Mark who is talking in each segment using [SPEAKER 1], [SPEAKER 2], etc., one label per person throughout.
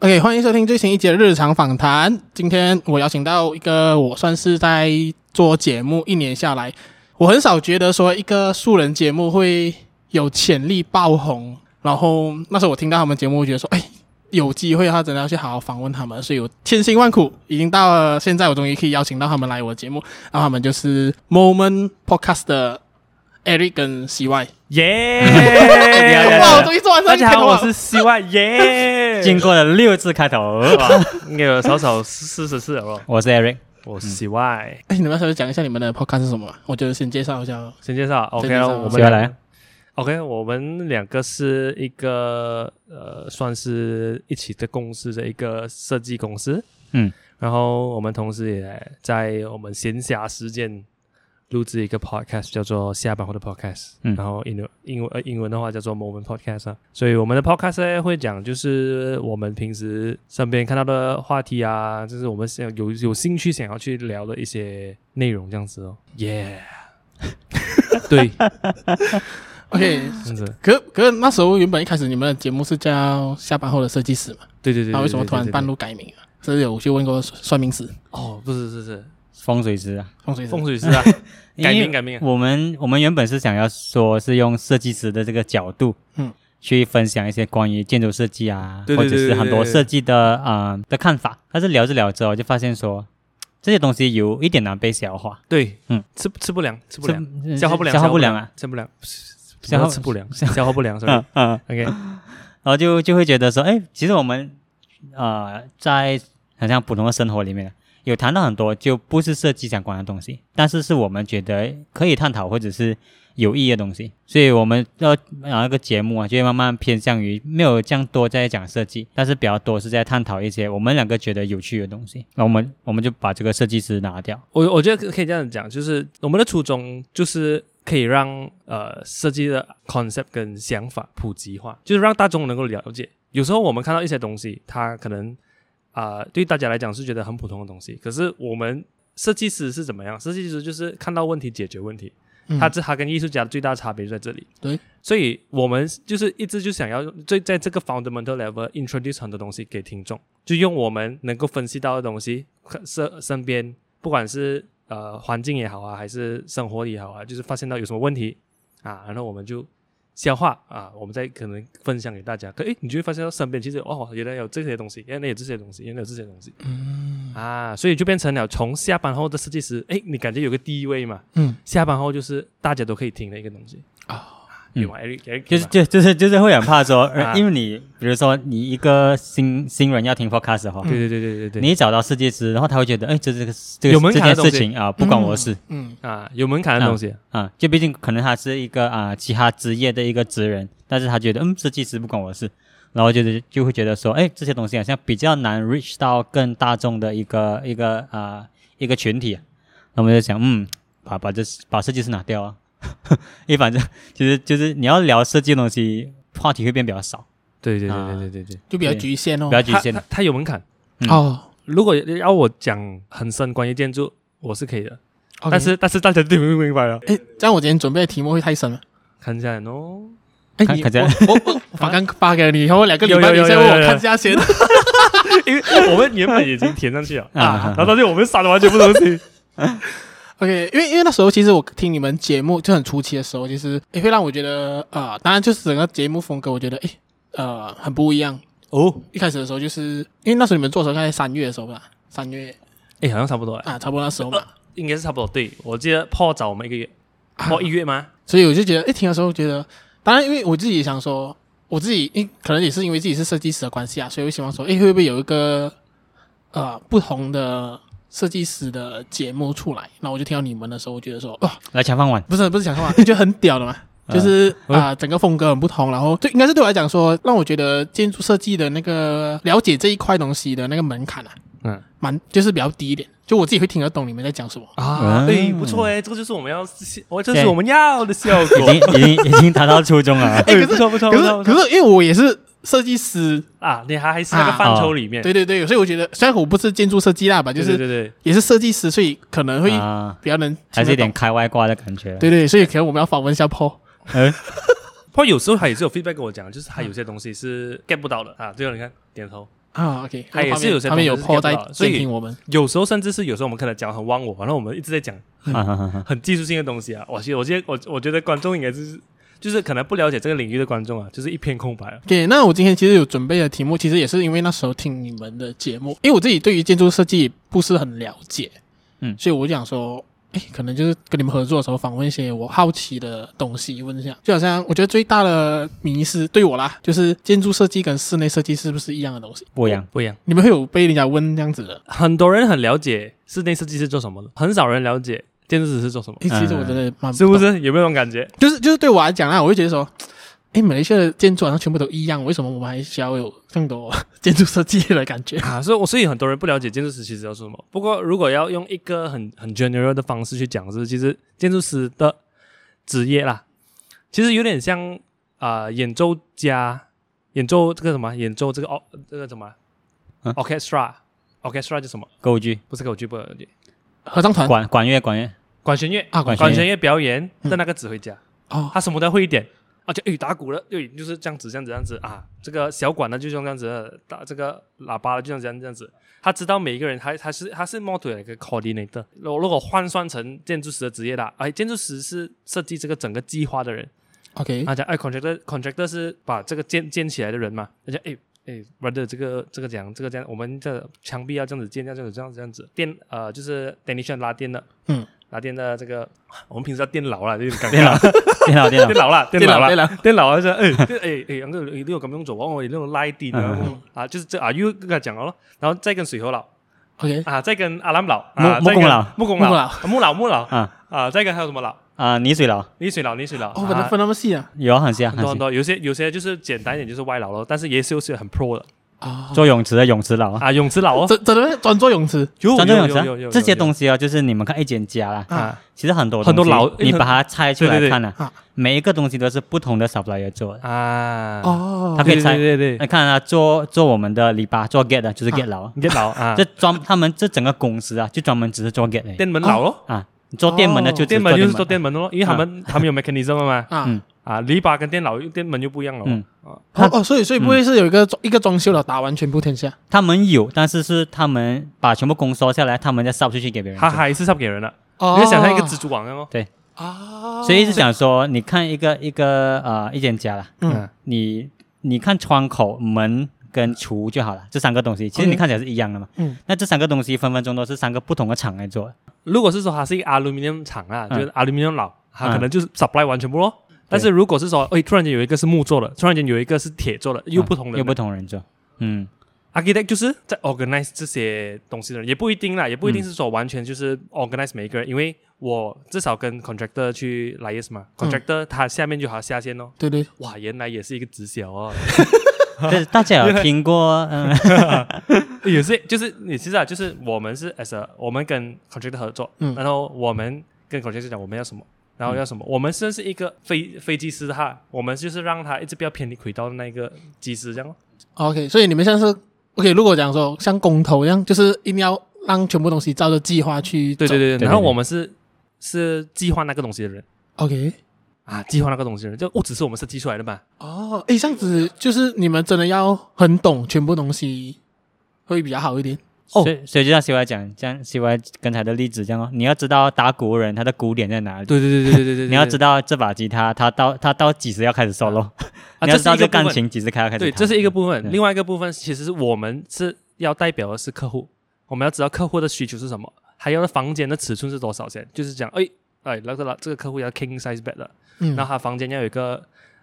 [SPEAKER 1] OK，欢迎收听最新一节日常访谈。今天我邀请到一个，我算是在做节目一年下来，我很少觉得说一个素人节目会有潜力爆红。然后那时候我听到他们节目，我觉得说，哎，有机会的话，真的要去好好访问他们。所以我千辛万苦，已经到了现在，我终于可以邀请到他们来我的节目。然后他们就是 Moment Podcast 的 Eric 跟 CY。
[SPEAKER 2] 耶！
[SPEAKER 1] 哇，我终于做完这
[SPEAKER 2] 大
[SPEAKER 1] 一
[SPEAKER 2] 家
[SPEAKER 1] 天
[SPEAKER 2] 好，
[SPEAKER 1] 了
[SPEAKER 2] 我是希望耶。
[SPEAKER 3] 经过了六字开头，
[SPEAKER 2] 哇，应该有少少四十四了咯。
[SPEAKER 3] 我是 Eric，
[SPEAKER 2] 我是希望，
[SPEAKER 1] 哎，你们稍微讲一下你们的 podcast 是什么吧？我觉得先介绍一下。
[SPEAKER 2] 先介绍，OK
[SPEAKER 1] 先介绍
[SPEAKER 2] 咯我们
[SPEAKER 3] 接下来
[SPEAKER 2] OK，我们两个是一个呃，算是一起的公司的一个设计公司，
[SPEAKER 3] 嗯，
[SPEAKER 2] 然后我们同时也在我们闲暇时间录制一个 podcast，叫做下班后的 podcast，、
[SPEAKER 3] 嗯
[SPEAKER 2] 然后英文英文、呃、英文的话叫做 Moment Podcast 啊，所以我们的 podcast 呢会讲就是我们平时身边看到的话题啊，就是我们想有有兴趣想要去聊的一些内容这样子哦，Yeah，对，
[SPEAKER 1] OK，
[SPEAKER 2] 这样子，
[SPEAKER 1] 可可是那时候原本一开始你们的节目是叫下班后的设计师嘛？
[SPEAKER 2] 对对对对
[SPEAKER 1] 那为什么
[SPEAKER 2] 对
[SPEAKER 1] 突然
[SPEAKER 2] 对对
[SPEAKER 1] 半路改名啊？是有去问过算命师、
[SPEAKER 2] 哦，不是，是是
[SPEAKER 3] 风水师啊，
[SPEAKER 1] 风水师？
[SPEAKER 2] 风水师啊，改名改名啊
[SPEAKER 3] 我们我们原本是想要说是用设计师的这个角度，
[SPEAKER 1] 嗯，
[SPEAKER 3] 去分享一些关于建筑设计啊，
[SPEAKER 2] 对对对
[SPEAKER 3] 或者是很
[SPEAKER 2] 对
[SPEAKER 3] 多
[SPEAKER 2] 对对
[SPEAKER 3] 设计的啊、呃的看法。但是聊着聊着，我就发现说这些东西有一点难被消化，
[SPEAKER 2] 对，
[SPEAKER 3] 嗯，
[SPEAKER 2] 吃吃不良，吃不
[SPEAKER 3] 是
[SPEAKER 2] 良，消化不良，
[SPEAKER 3] 消化不良
[SPEAKER 2] 良
[SPEAKER 3] 啊，，
[SPEAKER 2] 吃不良，
[SPEAKER 3] 消化
[SPEAKER 2] 不是吃不良，消化不良，sorry，
[SPEAKER 3] 嗯嗯，
[SPEAKER 2] OK，
[SPEAKER 3] 然后就就会觉得说，哎，其实我们呃在很像普通的生活里面有谈到很多就不是设计相关的东西，但是是我们觉得可以探讨或者是有意义的东西，所以我们要然后一个节目啊，就会慢慢偏向于没有这样多在讲设计，但是比较多是在探讨一些我们两个觉得有趣的东西。那我们我们就把这个设计师拿掉，
[SPEAKER 2] 我我觉得可以这样讲，就是我们的初衷就是可以让呃设计的 concept 跟想法普及化，就是让大众能够了解。有时候我们看到一些东西，它可能啊、呃对大家来讲是觉得很普通的东西，可是我们设计师是怎么样？设计师就是看到问题解决问题，
[SPEAKER 1] 嗯
[SPEAKER 2] 他这他跟艺术家最大的差别就在这里。
[SPEAKER 1] 对，
[SPEAKER 2] 所以我们就是一直就想要最在这个 fundamental level introduce 很多东西给听众，就用我们能够分析到的东西，可身身边不管是呃环境也好啊，还是生活也好啊，就是发现到有什么问题啊，然后我们就消化啊，我们再可能分享给大家。可诶，你就会发现到身边其实哦，原来有这些东西，原来有这些东西，原来有这些东西。
[SPEAKER 1] 嗯
[SPEAKER 2] 啊，所以就变成了从下班后的设计师，哎，你感觉有个地位嘛？
[SPEAKER 1] 嗯
[SPEAKER 2] 下班后就是大家都可以听的一个东西，
[SPEAKER 1] 啊，
[SPEAKER 2] 有吗？Eric Eric
[SPEAKER 3] 就是就就是就是会很怕说，呃
[SPEAKER 2] 啊
[SPEAKER 3] 因为你比如说你一个新新人要听 podcast 的话，
[SPEAKER 2] 对对对对对对，
[SPEAKER 3] 你一找到设计师，然后他会觉得，哎，这这个这个
[SPEAKER 2] 有门
[SPEAKER 3] 这
[SPEAKER 2] 槛的
[SPEAKER 3] 件
[SPEAKER 2] 东西嗯
[SPEAKER 3] 事情啊，不关我的事
[SPEAKER 1] 嗯
[SPEAKER 2] 啊有门槛的东西，
[SPEAKER 3] 啊，就毕竟可能他是一个啊其他职业的一个职人，但是他觉得，嗯，设计师不关我的事，然后就是就会觉得说，哎，这些东西好像比较难 reach 到更大众的一个一个啊一个群体，那我们就想，嗯，把把这把设计师拿掉啊， 因为反正其实就是你要聊设计的东西，话题会变比较少，
[SPEAKER 2] 对对对
[SPEAKER 3] 啊
[SPEAKER 2] 对对对对，
[SPEAKER 1] 就比较局限哦
[SPEAKER 3] 比。较局
[SPEAKER 2] 它
[SPEAKER 3] 限
[SPEAKER 2] 它。它有门槛。
[SPEAKER 3] 嗯
[SPEAKER 1] 哦，
[SPEAKER 2] 如果要我讲很深关于建筑，我是可以的，
[SPEAKER 1] OK
[SPEAKER 2] 但是但是大家都明明白了，
[SPEAKER 1] 哎，这样我今天准备的题目会太深了。
[SPEAKER 2] 看一下哦喏，
[SPEAKER 1] 哎，
[SPEAKER 3] 看
[SPEAKER 1] 你
[SPEAKER 3] 看起来
[SPEAKER 1] 我我我把刚发给你，然后两个礼拜
[SPEAKER 2] 有
[SPEAKER 1] 你
[SPEAKER 2] 有
[SPEAKER 1] 再
[SPEAKER 2] 有
[SPEAKER 1] 问
[SPEAKER 2] 有
[SPEAKER 1] 我
[SPEAKER 2] 有
[SPEAKER 1] 看价钱。
[SPEAKER 2] 因为我们原本已经填上去了
[SPEAKER 3] 啊啊
[SPEAKER 2] 啊，然后到最后我们删了完全不东 西，
[SPEAKER 1] OK，因为因为那时候其实我听你们节目就很初期的时候，其实也会让我觉得啊、呃当然就是整个节目风格，我觉得诶呃很不一样哦。一开始的时候就是因为那时候你们做的时候大概三月的时候吧，三月
[SPEAKER 2] 哎，好像差不多，
[SPEAKER 1] 啊差不多那时候嘛，
[SPEAKER 2] 应该是差不多。对我记得 Paul 找我们一个月，Paul
[SPEAKER 1] 呃哦
[SPEAKER 2] 一月吗？
[SPEAKER 1] 所以我就觉得一听的时候觉得，当然因为我自己也想说，我自己因可能也是因为自己是设计师的关系啊，所以我希望说，诶会不会有一个呃不同的设计师的节目出来？那我就听到你们的时候，我觉得说哇，
[SPEAKER 3] 来抢饭碗，
[SPEAKER 1] 不是不是想说嘛，就很屌的嘛，就是
[SPEAKER 2] 嗯
[SPEAKER 1] 啊、整个风格很不同，然后就应该是对我来讲说，让我觉得建筑设计的那个了解这一块东西的那个门槛啊，
[SPEAKER 2] 嗯。
[SPEAKER 1] 蛮就是比较低一点，就我自己会听得懂你们在讲什么。
[SPEAKER 2] 啊，
[SPEAKER 3] 嗯
[SPEAKER 2] 哎、不错哎、这个就是我们要，我这是
[SPEAKER 3] 对
[SPEAKER 2] 我们要的效
[SPEAKER 3] 已
[SPEAKER 2] 果
[SPEAKER 3] 经。已经已经达到初中了啊。
[SPEAKER 2] 哎、不错不错
[SPEAKER 1] 可
[SPEAKER 2] 不
[SPEAKER 1] 是
[SPEAKER 2] 错不
[SPEAKER 1] 可
[SPEAKER 2] 错
[SPEAKER 1] 是因为我也是设计师，
[SPEAKER 2] 啊！你还还是那个
[SPEAKER 1] 啊
[SPEAKER 2] 范畴里面，
[SPEAKER 1] 对对对，所以我觉得虽然我不是建筑设计啦吧，就
[SPEAKER 2] 哦对
[SPEAKER 1] 是
[SPEAKER 2] 对对
[SPEAKER 1] 也是设计师，所以可能会
[SPEAKER 3] 啊，
[SPEAKER 1] 比较能听得懂
[SPEAKER 3] 还是有点。开外挂的感觉。
[SPEAKER 1] 对对，所以可能我们要访问一下 Paul。
[SPEAKER 3] 哎，
[SPEAKER 2] 或有时候他也是有 feedback 跟我讲，就是他有些东西是 get 不到的啊。最后你看点头，
[SPEAKER 1] 啊，OK，
[SPEAKER 2] 他也是有些
[SPEAKER 1] 他们有
[SPEAKER 2] 同事是
[SPEAKER 1] po 在
[SPEAKER 2] 看不到的所以
[SPEAKER 1] 监听我们，
[SPEAKER 2] 有时候甚至是有时候我们可能讲很忘我，然后我们一直在讲
[SPEAKER 3] 啊哈哈哈
[SPEAKER 2] 很技术性的东西啊。我觉得，我觉得，我我觉得观众应该就是就是可能不了解这个领域的观众啊，就是一片空白啊。
[SPEAKER 1] OK，那我今天其实有准备的题目，其实也是因为那时候听你们的节目，因为我自己对于建筑设计不是很了解，
[SPEAKER 3] 嗯
[SPEAKER 1] 所以我就想说，哎，可能就是跟你们合作的时候访问一些我好奇的东西，问一下，就好像我觉得最大的迷失对我啦，就是建筑设计跟室内设计是不是一样的东西？
[SPEAKER 3] 不一样，
[SPEAKER 2] 不一样。
[SPEAKER 1] 你们会有被人家问这样子的？
[SPEAKER 2] 很多人很了解室内设计是做什么的，很少人了解建筑师是做什么的，
[SPEAKER 1] 诶其实我真的蛮懂
[SPEAKER 2] 是不是？有没有这种感觉？
[SPEAKER 1] 就是就是对我来讲啦，我会觉得说，哎，马来西亚的建筑好像全部都一样，为什么我们还需要有更多 建筑设计的感觉？
[SPEAKER 2] 啊，所以我所以很多人不了解建筑师其实要做什么。不过如果要用一个很很 general 的方式去讲，是其实建筑师的职业啦，其实有点像啊、呃演奏家，演奏这个什么，演奏这个哦这个什么、
[SPEAKER 3] 嗯
[SPEAKER 2] o r c e s t r a o r c e s t r a 叫什么？
[SPEAKER 3] 歌舞剧、
[SPEAKER 2] 不是歌舞剧，不是歌舞剧
[SPEAKER 1] 合唱
[SPEAKER 2] 啊
[SPEAKER 1] 团
[SPEAKER 3] 管管乐、管乐，
[SPEAKER 2] 管弦乐，
[SPEAKER 1] 啊，管
[SPEAKER 3] 管
[SPEAKER 2] 管
[SPEAKER 1] 弦乐
[SPEAKER 2] 弦乐表演
[SPEAKER 1] 嗯
[SPEAKER 2] 的那个指挥家。
[SPEAKER 1] 哦，
[SPEAKER 2] 他什么都会一点，而且诶打鼓了，对，就是这样子，这样子，这样子啊，这个小管呢就像这样子，打这个喇叭了就像这样这样子。他知道每一个人，他他是他是 model 的一个 coordinator。如果如果换算成建筑师的职业啦，哎，建筑师是设计这个整个计划的人，
[SPEAKER 1] OK，
[SPEAKER 2] 他讲哎 contractor contractor 是把这个建建起来的人嘛，他讲哎。哎，brother，这个这个讲这个这样，我们这墙壁要这样子建，要这样子这样子这样子电呃，就是 technician 拉电的，
[SPEAKER 1] 嗯，
[SPEAKER 2] 拉电的这个，我们平时叫电牢啦，就是感觉
[SPEAKER 3] 电脑、电脑、电
[SPEAKER 2] 电
[SPEAKER 3] 脑，
[SPEAKER 2] 脑啦，电脑啦，
[SPEAKER 1] 电脑
[SPEAKER 2] 电脑啊！就诶诶诶，兩個你都有咁樣做啊，我哋呢度拉電啊
[SPEAKER 3] 嗯，
[SPEAKER 2] 啊，就是這啊 U 跟他講咗咯，然後再跟水喉佬
[SPEAKER 1] OK，
[SPEAKER 2] 啊，再跟阿蘭佬
[SPEAKER 3] 木
[SPEAKER 2] 啊，
[SPEAKER 3] 木
[SPEAKER 2] 再跟
[SPEAKER 3] 工佬
[SPEAKER 2] 木工
[SPEAKER 1] 木工佬
[SPEAKER 2] 佬、啊木佬、木佬
[SPEAKER 3] 啊
[SPEAKER 2] 啊，再跟還有什麼佬？
[SPEAKER 3] 啊，泥水佬
[SPEAKER 2] 泥水佬、泥水佬，
[SPEAKER 1] 哦，把它
[SPEAKER 2] 啊
[SPEAKER 1] 分那么细啊
[SPEAKER 3] 有啊很像，
[SPEAKER 2] 很
[SPEAKER 3] 很
[SPEAKER 2] 多很
[SPEAKER 3] 像，
[SPEAKER 2] 多，有些有些就是簡單一點，就是歪佬咯，但是也是有些很 pro 的
[SPEAKER 1] 啊，
[SPEAKER 3] 做泳池的泳池佬啊，
[SPEAKER 2] 啊，泳池佬哦，
[SPEAKER 1] 真真的专做泳池
[SPEAKER 2] 有
[SPEAKER 3] 专做
[SPEAKER 2] 有
[SPEAKER 3] 泳
[SPEAKER 2] 有
[SPEAKER 3] 池
[SPEAKER 2] 有有
[SPEAKER 3] 啊，这些
[SPEAKER 2] 西
[SPEAKER 3] 东西啊，就是你们看一间家啦，
[SPEAKER 1] 啊
[SPEAKER 2] 啊，
[SPEAKER 3] 其实很多
[SPEAKER 2] 很多
[SPEAKER 3] 东西
[SPEAKER 2] 老
[SPEAKER 3] 你把它拆出
[SPEAKER 2] 对
[SPEAKER 3] 来
[SPEAKER 2] 对对
[SPEAKER 3] 看呢
[SPEAKER 1] 啊，
[SPEAKER 3] 每一个东西都是不同的 supplier 做的。
[SPEAKER 2] 啊，
[SPEAKER 1] 哦
[SPEAKER 3] 他可以拆
[SPEAKER 2] 对对
[SPEAKER 3] 那
[SPEAKER 2] 对，
[SPEAKER 3] 看啊，做做我们的篱笆，做 get 的就是 get 佬啊，
[SPEAKER 2] 電佬啊
[SPEAKER 3] 这，专他们这整个公司啊，就专门只是做 get 的
[SPEAKER 2] 電門佬咯，
[SPEAKER 3] 啊，你做电门的就
[SPEAKER 1] 哦
[SPEAKER 3] 只
[SPEAKER 2] 電門就是做
[SPEAKER 3] 做
[SPEAKER 2] 電門咯，因為他們他們有 mechanism 啊嘛，
[SPEAKER 1] 啊
[SPEAKER 3] 嗯
[SPEAKER 2] 啊，篱笆跟电脑电门就不一样了哦。
[SPEAKER 3] 嗯
[SPEAKER 2] 啊，
[SPEAKER 1] 哦哦，所以所以不会是有一个装一个装修了打完全部天下
[SPEAKER 3] 他们有，但是是他们把全部公收下来，他们再 sub 出去给别人做。
[SPEAKER 2] 他还是 sub 给人了。
[SPEAKER 1] 哦
[SPEAKER 2] 你就想象一个蜘蛛网那样哦。
[SPEAKER 1] 啊，
[SPEAKER 3] 所以是想说，你看一个一个呃一间家啦，
[SPEAKER 1] 嗯
[SPEAKER 3] 你你看窗口、门跟厨就好了，这三个东西，其实
[SPEAKER 1] OK
[SPEAKER 3] 你看起来是一样的嘛。
[SPEAKER 1] 嗯，
[SPEAKER 3] 那这三个东西分分钟都是三个不同的厂来做的。
[SPEAKER 2] 如果是说它是一个 aluminium 厂啊，
[SPEAKER 3] 嗯
[SPEAKER 2] 就是 aluminium 佬，它
[SPEAKER 3] 嗯
[SPEAKER 2] 可能就是 supply 完全部咯。但是如果是说，哎，突然间有一个是木做的，突然间有一个是铁做的，又不同
[SPEAKER 3] 啊
[SPEAKER 2] 的。
[SPEAKER 3] 又不同人做。 嗯，
[SPEAKER 2] architect 就是在 organize 这些东西的人，也不一定啦，也不一
[SPEAKER 3] 嗯
[SPEAKER 2] 定是说完全就是 organize 每一个人，因为我至少跟 contractor 去 liaise 嘛，contractor
[SPEAKER 3] 嗯
[SPEAKER 2] 他下面就好下线哦。
[SPEAKER 1] 对对，
[SPEAKER 2] 哇，原来也是一个直销哦。
[SPEAKER 3] 但是大家有听过嗯
[SPEAKER 2] 也是，就是你知道，就是我们是 as a 我们跟 contractor 合作，
[SPEAKER 1] 嗯
[SPEAKER 2] 然后我们跟 contractor 讲我们要什么，然后要
[SPEAKER 3] 嗯
[SPEAKER 2] 什么，我们甚至是一个飞飞机师哈，我们就是让他一直不要偏离轨道的那个机师这样咯。
[SPEAKER 1] 哦 OK，所以你们像是 OK，如果讲说像公投一样，就是一定要让全部东西照着计划去
[SPEAKER 2] 对对对
[SPEAKER 3] 对
[SPEAKER 2] 对，然后我们是是计划那个东西的人
[SPEAKER 1] OK，
[SPEAKER 2] 啊，计划那个东西的人，就不只是我们设计出来的嘛。
[SPEAKER 1] 哦，诶，这样子就是你们真的要很懂全部东西，会比较好一点。
[SPEAKER 2] 哦
[SPEAKER 3] 呃所以所以就像 CY 讲，像 CY 刚才的例子这样哦，你要知道打鼓人他的鼓点在哪里，
[SPEAKER 2] 对对对对对对对，
[SPEAKER 3] 你要知
[SPEAKER 2] 道，
[SPEAKER 3] 道这把吉他他到他到几时要开始 solo，
[SPEAKER 2] 啊
[SPEAKER 3] 你要知道
[SPEAKER 2] 这是一个
[SPEAKER 3] 这钢
[SPEAKER 2] 部分
[SPEAKER 3] 琴几时开要开始弹。
[SPEAKER 2] 对，这是一个部分
[SPEAKER 3] 对，
[SPEAKER 2] 另外一个部分其实是我们是要代表的是客户，我们要知道客户的需求是什么，还有房间的尺寸是多少钱，就是讲，哎哎，那个了，这个客户要 king size bed 的，
[SPEAKER 1] 嗯，
[SPEAKER 2] 然后他房间要有一个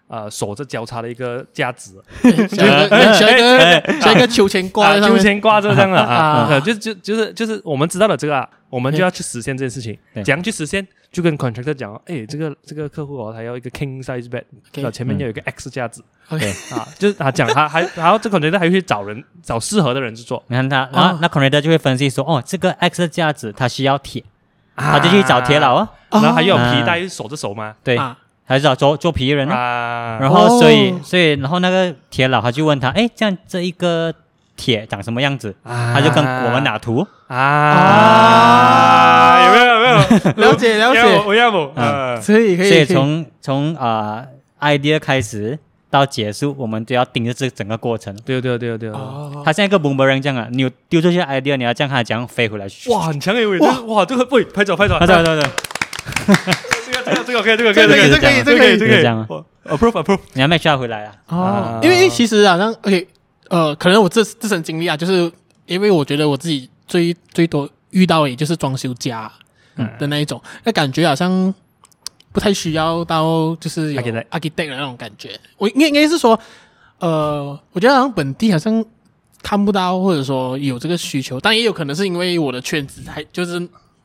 [SPEAKER 2] 呃手着交叉的一个架子，
[SPEAKER 1] 下 一
[SPEAKER 2] 哎
[SPEAKER 1] 个下一个下一个秋千挂在
[SPEAKER 2] 啊
[SPEAKER 1] 上
[SPEAKER 2] 秋
[SPEAKER 1] 面，
[SPEAKER 2] 千挂着这样的
[SPEAKER 1] 啊
[SPEAKER 2] 啊，啊就就就是就是我们知道了这个啊，我们就要去实现这件事情
[SPEAKER 3] 对，
[SPEAKER 2] 怎样去实现？就跟 contractor 讲哦，哎，这个这个客户哦，他要一个 king size bed，
[SPEAKER 1] OK
[SPEAKER 2] 然后前
[SPEAKER 3] 嗯
[SPEAKER 2] 面要有一个 X 架子
[SPEAKER 1] OK
[SPEAKER 2] 啊，就是他讲他还然后这 contractor 还会去找人找适合的人去做。
[SPEAKER 3] 你看他，然后
[SPEAKER 1] 啊
[SPEAKER 3] 那 contractor 就会分析说，哦，这个 X 的价值它需要铁，他就去找铁佬，啊，
[SPEAKER 2] 然后还有
[SPEAKER 3] 啊
[SPEAKER 2] 皮带手着手嘛，
[SPEAKER 3] 对，
[SPEAKER 1] 啊
[SPEAKER 3] 还是找做做皮人啊。
[SPEAKER 2] 啊，
[SPEAKER 3] 然后所以
[SPEAKER 1] 哦
[SPEAKER 3] 所以然后那个铁佬他就问他，哎，这样这一个铁长什么样子？
[SPEAKER 2] 他
[SPEAKER 3] 他就跟我们拿图，哦
[SPEAKER 2] 啊，有没有有没 有
[SPEAKER 1] 了解了解
[SPEAKER 2] 要不我要不，
[SPEAKER 3] 嗯
[SPEAKER 2] 嗯
[SPEAKER 1] 所以可
[SPEAKER 3] 所
[SPEAKER 1] 以
[SPEAKER 3] 以从从啊呃 idea 开始，到结束，我们都要盯着这整个过程。
[SPEAKER 2] 对对对对，
[SPEAKER 1] 哦，
[SPEAKER 3] 它像一个 boomerang 这样啊，你有丢出去 idea，你要这样它这样飞回来。
[SPEAKER 2] 哇，很强哎，喂，
[SPEAKER 1] 哇
[SPEAKER 2] 这哇，这个喂，拍照拍照，
[SPEAKER 3] 啊，对对对，
[SPEAKER 2] 这个这个这个可以，这个可
[SPEAKER 1] 这个
[SPEAKER 2] 以，
[SPEAKER 1] 可以，这
[SPEAKER 2] 这个
[SPEAKER 1] 个可以，
[SPEAKER 2] 这
[SPEAKER 1] 这
[SPEAKER 2] 个
[SPEAKER 1] 个
[SPEAKER 2] 可
[SPEAKER 1] 可
[SPEAKER 2] 以，
[SPEAKER 1] 以
[SPEAKER 2] 这。
[SPEAKER 3] 就
[SPEAKER 2] 个哦可
[SPEAKER 3] 是这
[SPEAKER 2] 以
[SPEAKER 3] 样啊。
[SPEAKER 2] ，approve approve，
[SPEAKER 3] 你要 make sure 回来啊。
[SPEAKER 1] 哦
[SPEAKER 2] 啊，
[SPEAKER 1] 因为其实好像 OK，呃，可能我自自身经历啊，就是因为我觉得我自己最最多遇到的也就是装修家的那一种，那感觉好像不太需要到就是有
[SPEAKER 2] Architect
[SPEAKER 1] architect 的那种感觉。我应该应该是说，呃，我觉得好像本地好像看不到，或者说有这个需求，但也有可能是因为我的圈子还就是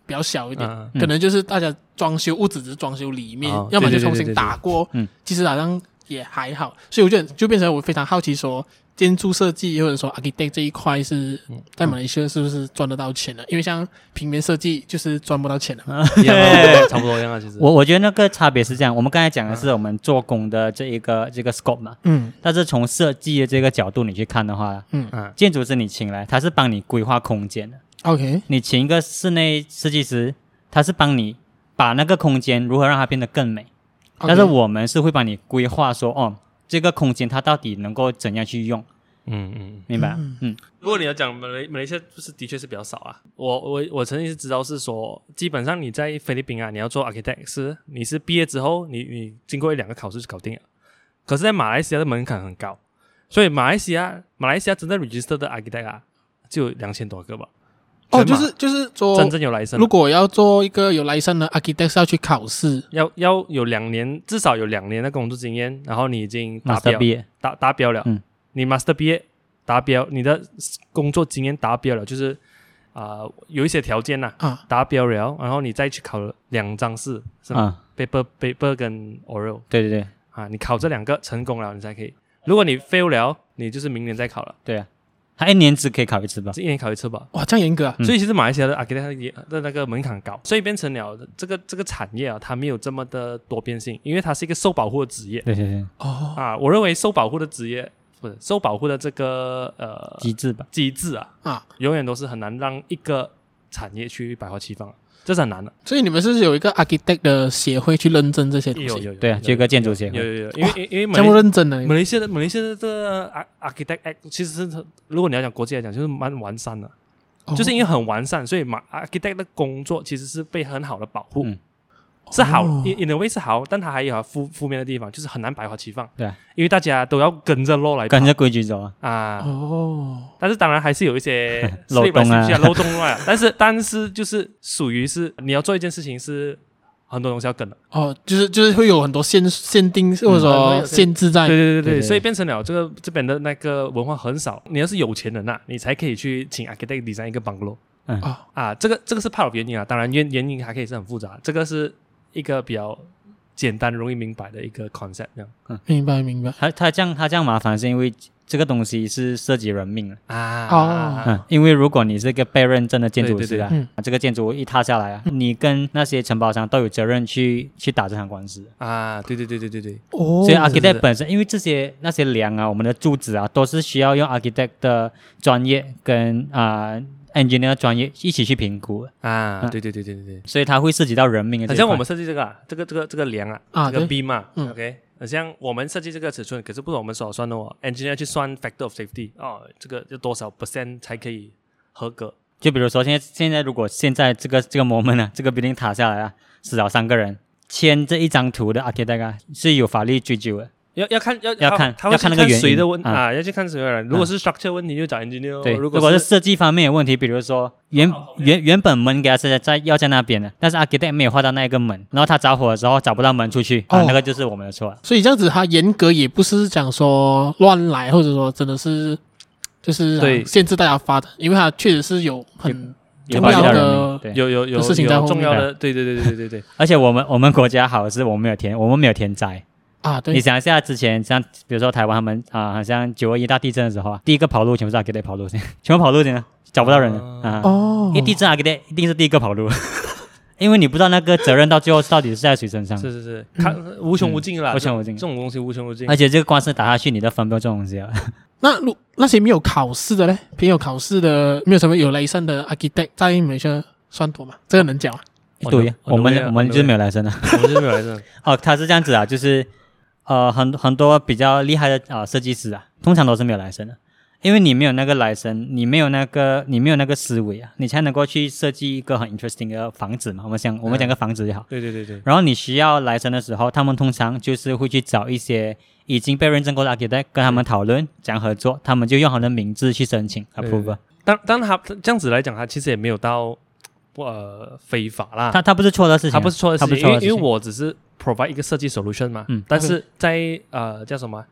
[SPEAKER 1] 比较小一点，
[SPEAKER 2] 嗯
[SPEAKER 1] 可能就是大家装修不只是装修里面，
[SPEAKER 2] 哦
[SPEAKER 1] 要么就
[SPEAKER 2] 对对对
[SPEAKER 1] 重
[SPEAKER 2] 对
[SPEAKER 1] 新
[SPEAKER 2] 对
[SPEAKER 1] 打过，
[SPEAKER 3] 嗯
[SPEAKER 1] 其实好像也还好，所以我就就变成我非常好奇说。建筑设计或者说 architect 这一块是
[SPEAKER 2] 嗯
[SPEAKER 1] 在马来西亚是不是赚得到钱的？因为像平面设计就是赚不到钱的嘛。
[SPEAKER 2] 一样 啊，差不多一样啊，其实。
[SPEAKER 3] 我我觉得那个差别是这样，我们刚才讲的是我们做工的这一个这个 scope 嘛，
[SPEAKER 1] 嗯
[SPEAKER 3] 但是从设计的这个角度你去看的话，
[SPEAKER 1] 嗯
[SPEAKER 2] 嗯
[SPEAKER 3] 建筑师你请来，他是帮你规划空间的，
[SPEAKER 1] ，OK，
[SPEAKER 3] 你请一个室内设计师，他是帮你把那个空间如何让它变得更美，但是我们是会帮你规划说，哦，这个空间它到底能够怎样去用，
[SPEAKER 2] 嗯嗯。
[SPEAKER 3] 明白？嗯
[SPEAKER 2] 如果你要讲马来马来西亚，就是的确是比较少啊。我我我曾经是知道是说，基本上你在菲律宾啊，你要做 architect 是你是毕业之后，你你经过一两个考试就搞定了。可是，在马来西亚的门槛很高，所以马来西亚马来西亚真正 register 的 architect 啊，就两千多个吧。
[SPEAKER 1] 哦，
[SPEAKER 2] 全
[SPEAKER 1] 就
[SPEAKER 2] 马
[SPEAKER 1] 是就是说，
[SPEAKER 2] 真正有来生
[SPEAKER 1] 如，果要做一个有 license 的 architect 是要去考试，
[SPEAKER 2] 要要有两年，至少有两年的工作经验，然后你已经达标
[SPEAKER 3] ，master 毕业，
[SPEAKER 2] 达达标了，
[SPEAKER 3] 嗯
[SPEAKER 2] 你 master 毕业达标，你的工作经验达标了，就是啊、呃有一些条件呐、
[SPEAKER 1] 啊
[SPEAKER 2] 达标了，然后你再去考两张试，是吗、
[SPEAKER 3] 啊，
[SPEAKER 2] p a p e r paper 跟 oral
[SPEAKER 3] 对对对
[SPEAKER 2] 啊，你考这两个成功了，你才可以。如果你 fail 了，你就是明年再考了，
[SPEAKER 3] 对啊，他一年只可以考一次吧？
[SPEAKER 2] 这一年考一次吧。
[SPEAKER 1] 哇，这样严格啊！
[SPEAKER 3] 嗯
[SPEAKER 2] 所以其实马来西亚的 architect 也的那个门槛高，所以变成了这个这个产业啊，它没有这么的多变性，因为它是一个受保护的职业
[SPEAKER 3] 对对对，
[SPEAKER 1] 哦，
[SPEAKER 2] 啊。我认为受保护的职业不是受保护的这个呃
[SPEAKER 3] 机制吧？
[SPEAKER 2] 机制啊，
[SPEAKER 1] 啊，
[SPEAKER 2] 永远都是很难让一个产业去百花齐放，啊这是很难的。
[SPEAKER 1] 所以你们是不是有一个 architect 的协会去认证这些东西，
[SPEAKER 2] 有有有，
[SPEAKER 3] 对啊，就一个建筑协
[SPEAKER 2] 有
[SPEAKER 3] 会，
[SPEAKER 2] 有有，因为因为马
[SPEAKER 1] 这么
[SPEAKER 2] 来
[SPEAKER 1] 认真的，
[SPEAKER 2] 马来西亚的马来西亚的这个 ar- architect act 其实是如果你要讲国际来讲，就是蛮完善的，
[SPEAKER 1] 哦
[SPEAKER 2] 就是因为很完善，所以马 architect 的工作其实是被很好的保护
[SPEAKER 3] 嗯，
[SPEAKER 2] 是好
[SPEAKER 1] 哦
[SPEAKER 2] in in a way 是好，但它还有它负负面的地方，就是很难百花齐放，
[SPEAKER 3] 对啊，
[SPEAKER 2] 因为大家都要跟着 law 来跑
[SPEAKER 3] 跟着规矩走啊。
[SPEAKER 2] 啊，
[SPEAKER 1] 哦，
[SPEAKER 2] 但是当然还是有一些
[SPEAKER 3] 漏
[SPEAKER 2] slip by
[SPEAKER 3] 洞啊
[SPEAKER 2] slip 漏洞啊。 但是但是就是属于是你要做一件事情是很多东西要跟的，
[SPEAKER 1] 哦，就是就是会有很多限限定或者
[SPEAKER 2] 嗯
[SPEAKER 1] 说
[SPEAKER 2] 对
[SPEAKER 1] 限制在
[SPEAKER 2] 对，对对
[SPEAKER 3] 对对
[SPEAKER 2] 对，所以变成了这个这边的那个文化很少。你要是有钱人呐、你才可以去请 architect design 一个 bungalow
[SPEAKER 1] 啊
[SPEAKER 2] 啊，这个这个是 part of 原因啊。当然原原因还可以是很复杂，这个是一个比较简单容易明白的一个 concept 这样
[SPEAKER 1] 明白明白
[SPEAKER 3] 他他这样他这样麻烦是因为这个东西是涉及人命的。
[SPEAKER 2] 啊。
[SPEAKER 1] 哦
[SPEAKER 3] 嗯，因为如果你是一个被认证的建筑师啊，
[SPEAKER 2] 嗯
[SPEAKER 1] 对对对
[SPEAKER 3] 这个建筑物一塌下来啊，你跟那些承包商都有责任去去打这场官司。
[SPEAKER 2] 啊，对对对对对对，
[SPEAKER 1] 哦，
[SPEAKER 3] 所以 architect
[SPEAKER 2] 的
[SPEAKER 3] 本身，因为这些那些梁啊，我们的柱子啊，都是需要用 architect 的专业跟啊、engineer 的专业一起去评估的，
[SPEAKER 2] 啊，对对对对对对。
[SPEAKER 3] 所以它会涉及到人命的这
[SPEAKER 2] 很
[SPEAKER 3] 一块。
[SPEAKER 2] 像我们设计这个、啊，这个这个这个梁啊，
[SPEAKER 1] 啊
[SPEAKER 2] 这个
[SPEAKER 1] 对
[SPEAKER 2] beam 啊、
[SPEAKER 1] 嗯
[SPEAKER 2] o k 很像我们设计这个尺寸，可是不是我们所算的哦，engineer 去算 factor of safety，哦，这个要多少 percent 才可以合格？
[SPEAKER 3] 就比如说现在现在如果现在这个这个 moment 啊，这个 building 塌下来啊，至少三个人签这一张图的 architect 啊，是有法律追究的。
[SPEAKER 2] 要要看要
[SPEAKER 3] 要
[SPEAKER 2] 他
[SPEAKER 3] 看
[SPEAKER 2] 他会
[SPEAKER 3] 要
[SPEAKER 2] 去
[SPEAKER 3] 看那个原因
[SPEAKER 2] 谁的问
[SPEAKER 3] 啊
[SPEAKER 2] 啊，要去看谁的人。如果是 structure 问题，就找 engineer 哦。
[SPEAKER 3] 对，
[SPEAKER 2] 如
[SPEAKER 3] 如
[SPEAKER 2] 果
[SPEAKER 3] 果是
[SPEAKER 2] 是
[SPEAKER 3] 设计方面有问题，比如说原原原本门给他设在在要在那边的，但是 architect 没有画到那一个门，然后他着火的时候找不到门出去，啊
[SPEAKER 1] 哦，
[SPEAKER 3] 那个就是我们的错了。
[SPEAKER 1] 所以这样子，他严格也不是讲说乱来，或者说真的是就是
[SPEAKER 2] 对
[SPEAKER 1] 啊限制大家发展，因为他确实是有很重
[SPEAKER 3] 有法律
[SPEAKER 1] 要
[SPEAKER 3] 的
[SPEAKER 1] 的
[SPEAKER 3] 人命对，
[SPEAKER 2] 有有有
[SPEAKER 1] 有事情在
[SPEAKER 2] 有
[SPEAKER 1] 后
[SPEAKER 2] 重
[SPEAKER 1] 面
[SPEAKER 2] 要的，对对对对对对对，
[SPEAKER 3] 而且我们我们国家好是我们没有天我们没有天灾。
[SPEAKER 1] 啊，
[SPEAKER 3] 你
[SPEAKER 1] 对，
[SPEAKER 3] 想一下之前像比如说台湾他们啊，好像九二一大地震的时候啊，第一个跑路全部是 architect 跑路线， 全部跑路线啊，找不到人
[SPEAKER 2] 哦
[SPEAKER 3] 啊。
[SPEAKER 1] 哦
[SPEAKER 3] 因为地震 architect 一定是第一个跑路， 因为你不知道那个责任到最后到底是在谁身上。
[SPEAKER 2] 是是是，看无穷无尽啦，
[SPEAKER 3] 嗯嗯无穷
[SPEAKER 2] 这
[SPEAKER 3] 无尽哎
[SPEAKER 2] 这种东西无穷无尽
[SPEAKER 3] 而。且这个官司打下去，你都分不到这种东西了。
[SPEAKER 1] 那如那些没有考试的嘞，没有考试的，没有什么有 license 的 architect 在马来西亚算多吗？这个能讲吗？
[SPEAKER 2] 我
[SPEAKER 3] 对
[SPEAKER 2] 懂
[SPEAKER 3] 呀，我
[SPEAKER 2] 我懂
[SPEAKER 3] 们
[SPEAKER 2] 了
[SPEAKER 3] 我们
[SPEAKER 2] 我懂
[SPEAKER 3] 就是
[SPEAKER 2] 了
[SPEAKER 3] 没有来生啊。
[SPEAKER 2] 我们这边有来着，
[SPEAKER 3] 哦，他是这样子啊，就是呃，很很多比较厉害的啊、呃设计师啊，通常都是没有来生的，因为你没有那个来生，你没有那个你没有那个思维啊，你才能够去设计一个很 interesting 的房子嘛。我们
[SPEAKER 2] 嗯
[SPEAKER 3] 想我们讲个房子就好。
[SPEAKER 2] 对对对对，
[SPEAKER 3] 然后你需要来生的时候，他们通常就是会去找一些已经被认证过的 architect 跟他们讨论怎样合作，他们就用他们的名字去申请
[SPEAKER 2] 对啊
[SPEAKER 3] approval。
[SPEAKER 2] 当当然他这样子来讲，他其实也没有到呃非法啦，
[SPEAKER 3] 他他不是错的事情
[SPEAKER 2] 他
[SPEAKER 3] 啊，
[SPEAKER 2] 不是错的事
[SPEAKER 3] 他不
[SPEAKER 2] 情，因为
[SPEAKER 3] 是错的事
[SPEAKER 2] 因为
[SPEAKER 3] 情。
[SPEAKER 2] 我只是 provide 一个设计 solution 嘛，
[SPEAKER 3] 嗯
[SPEAKER 2] 但是在呃叫什么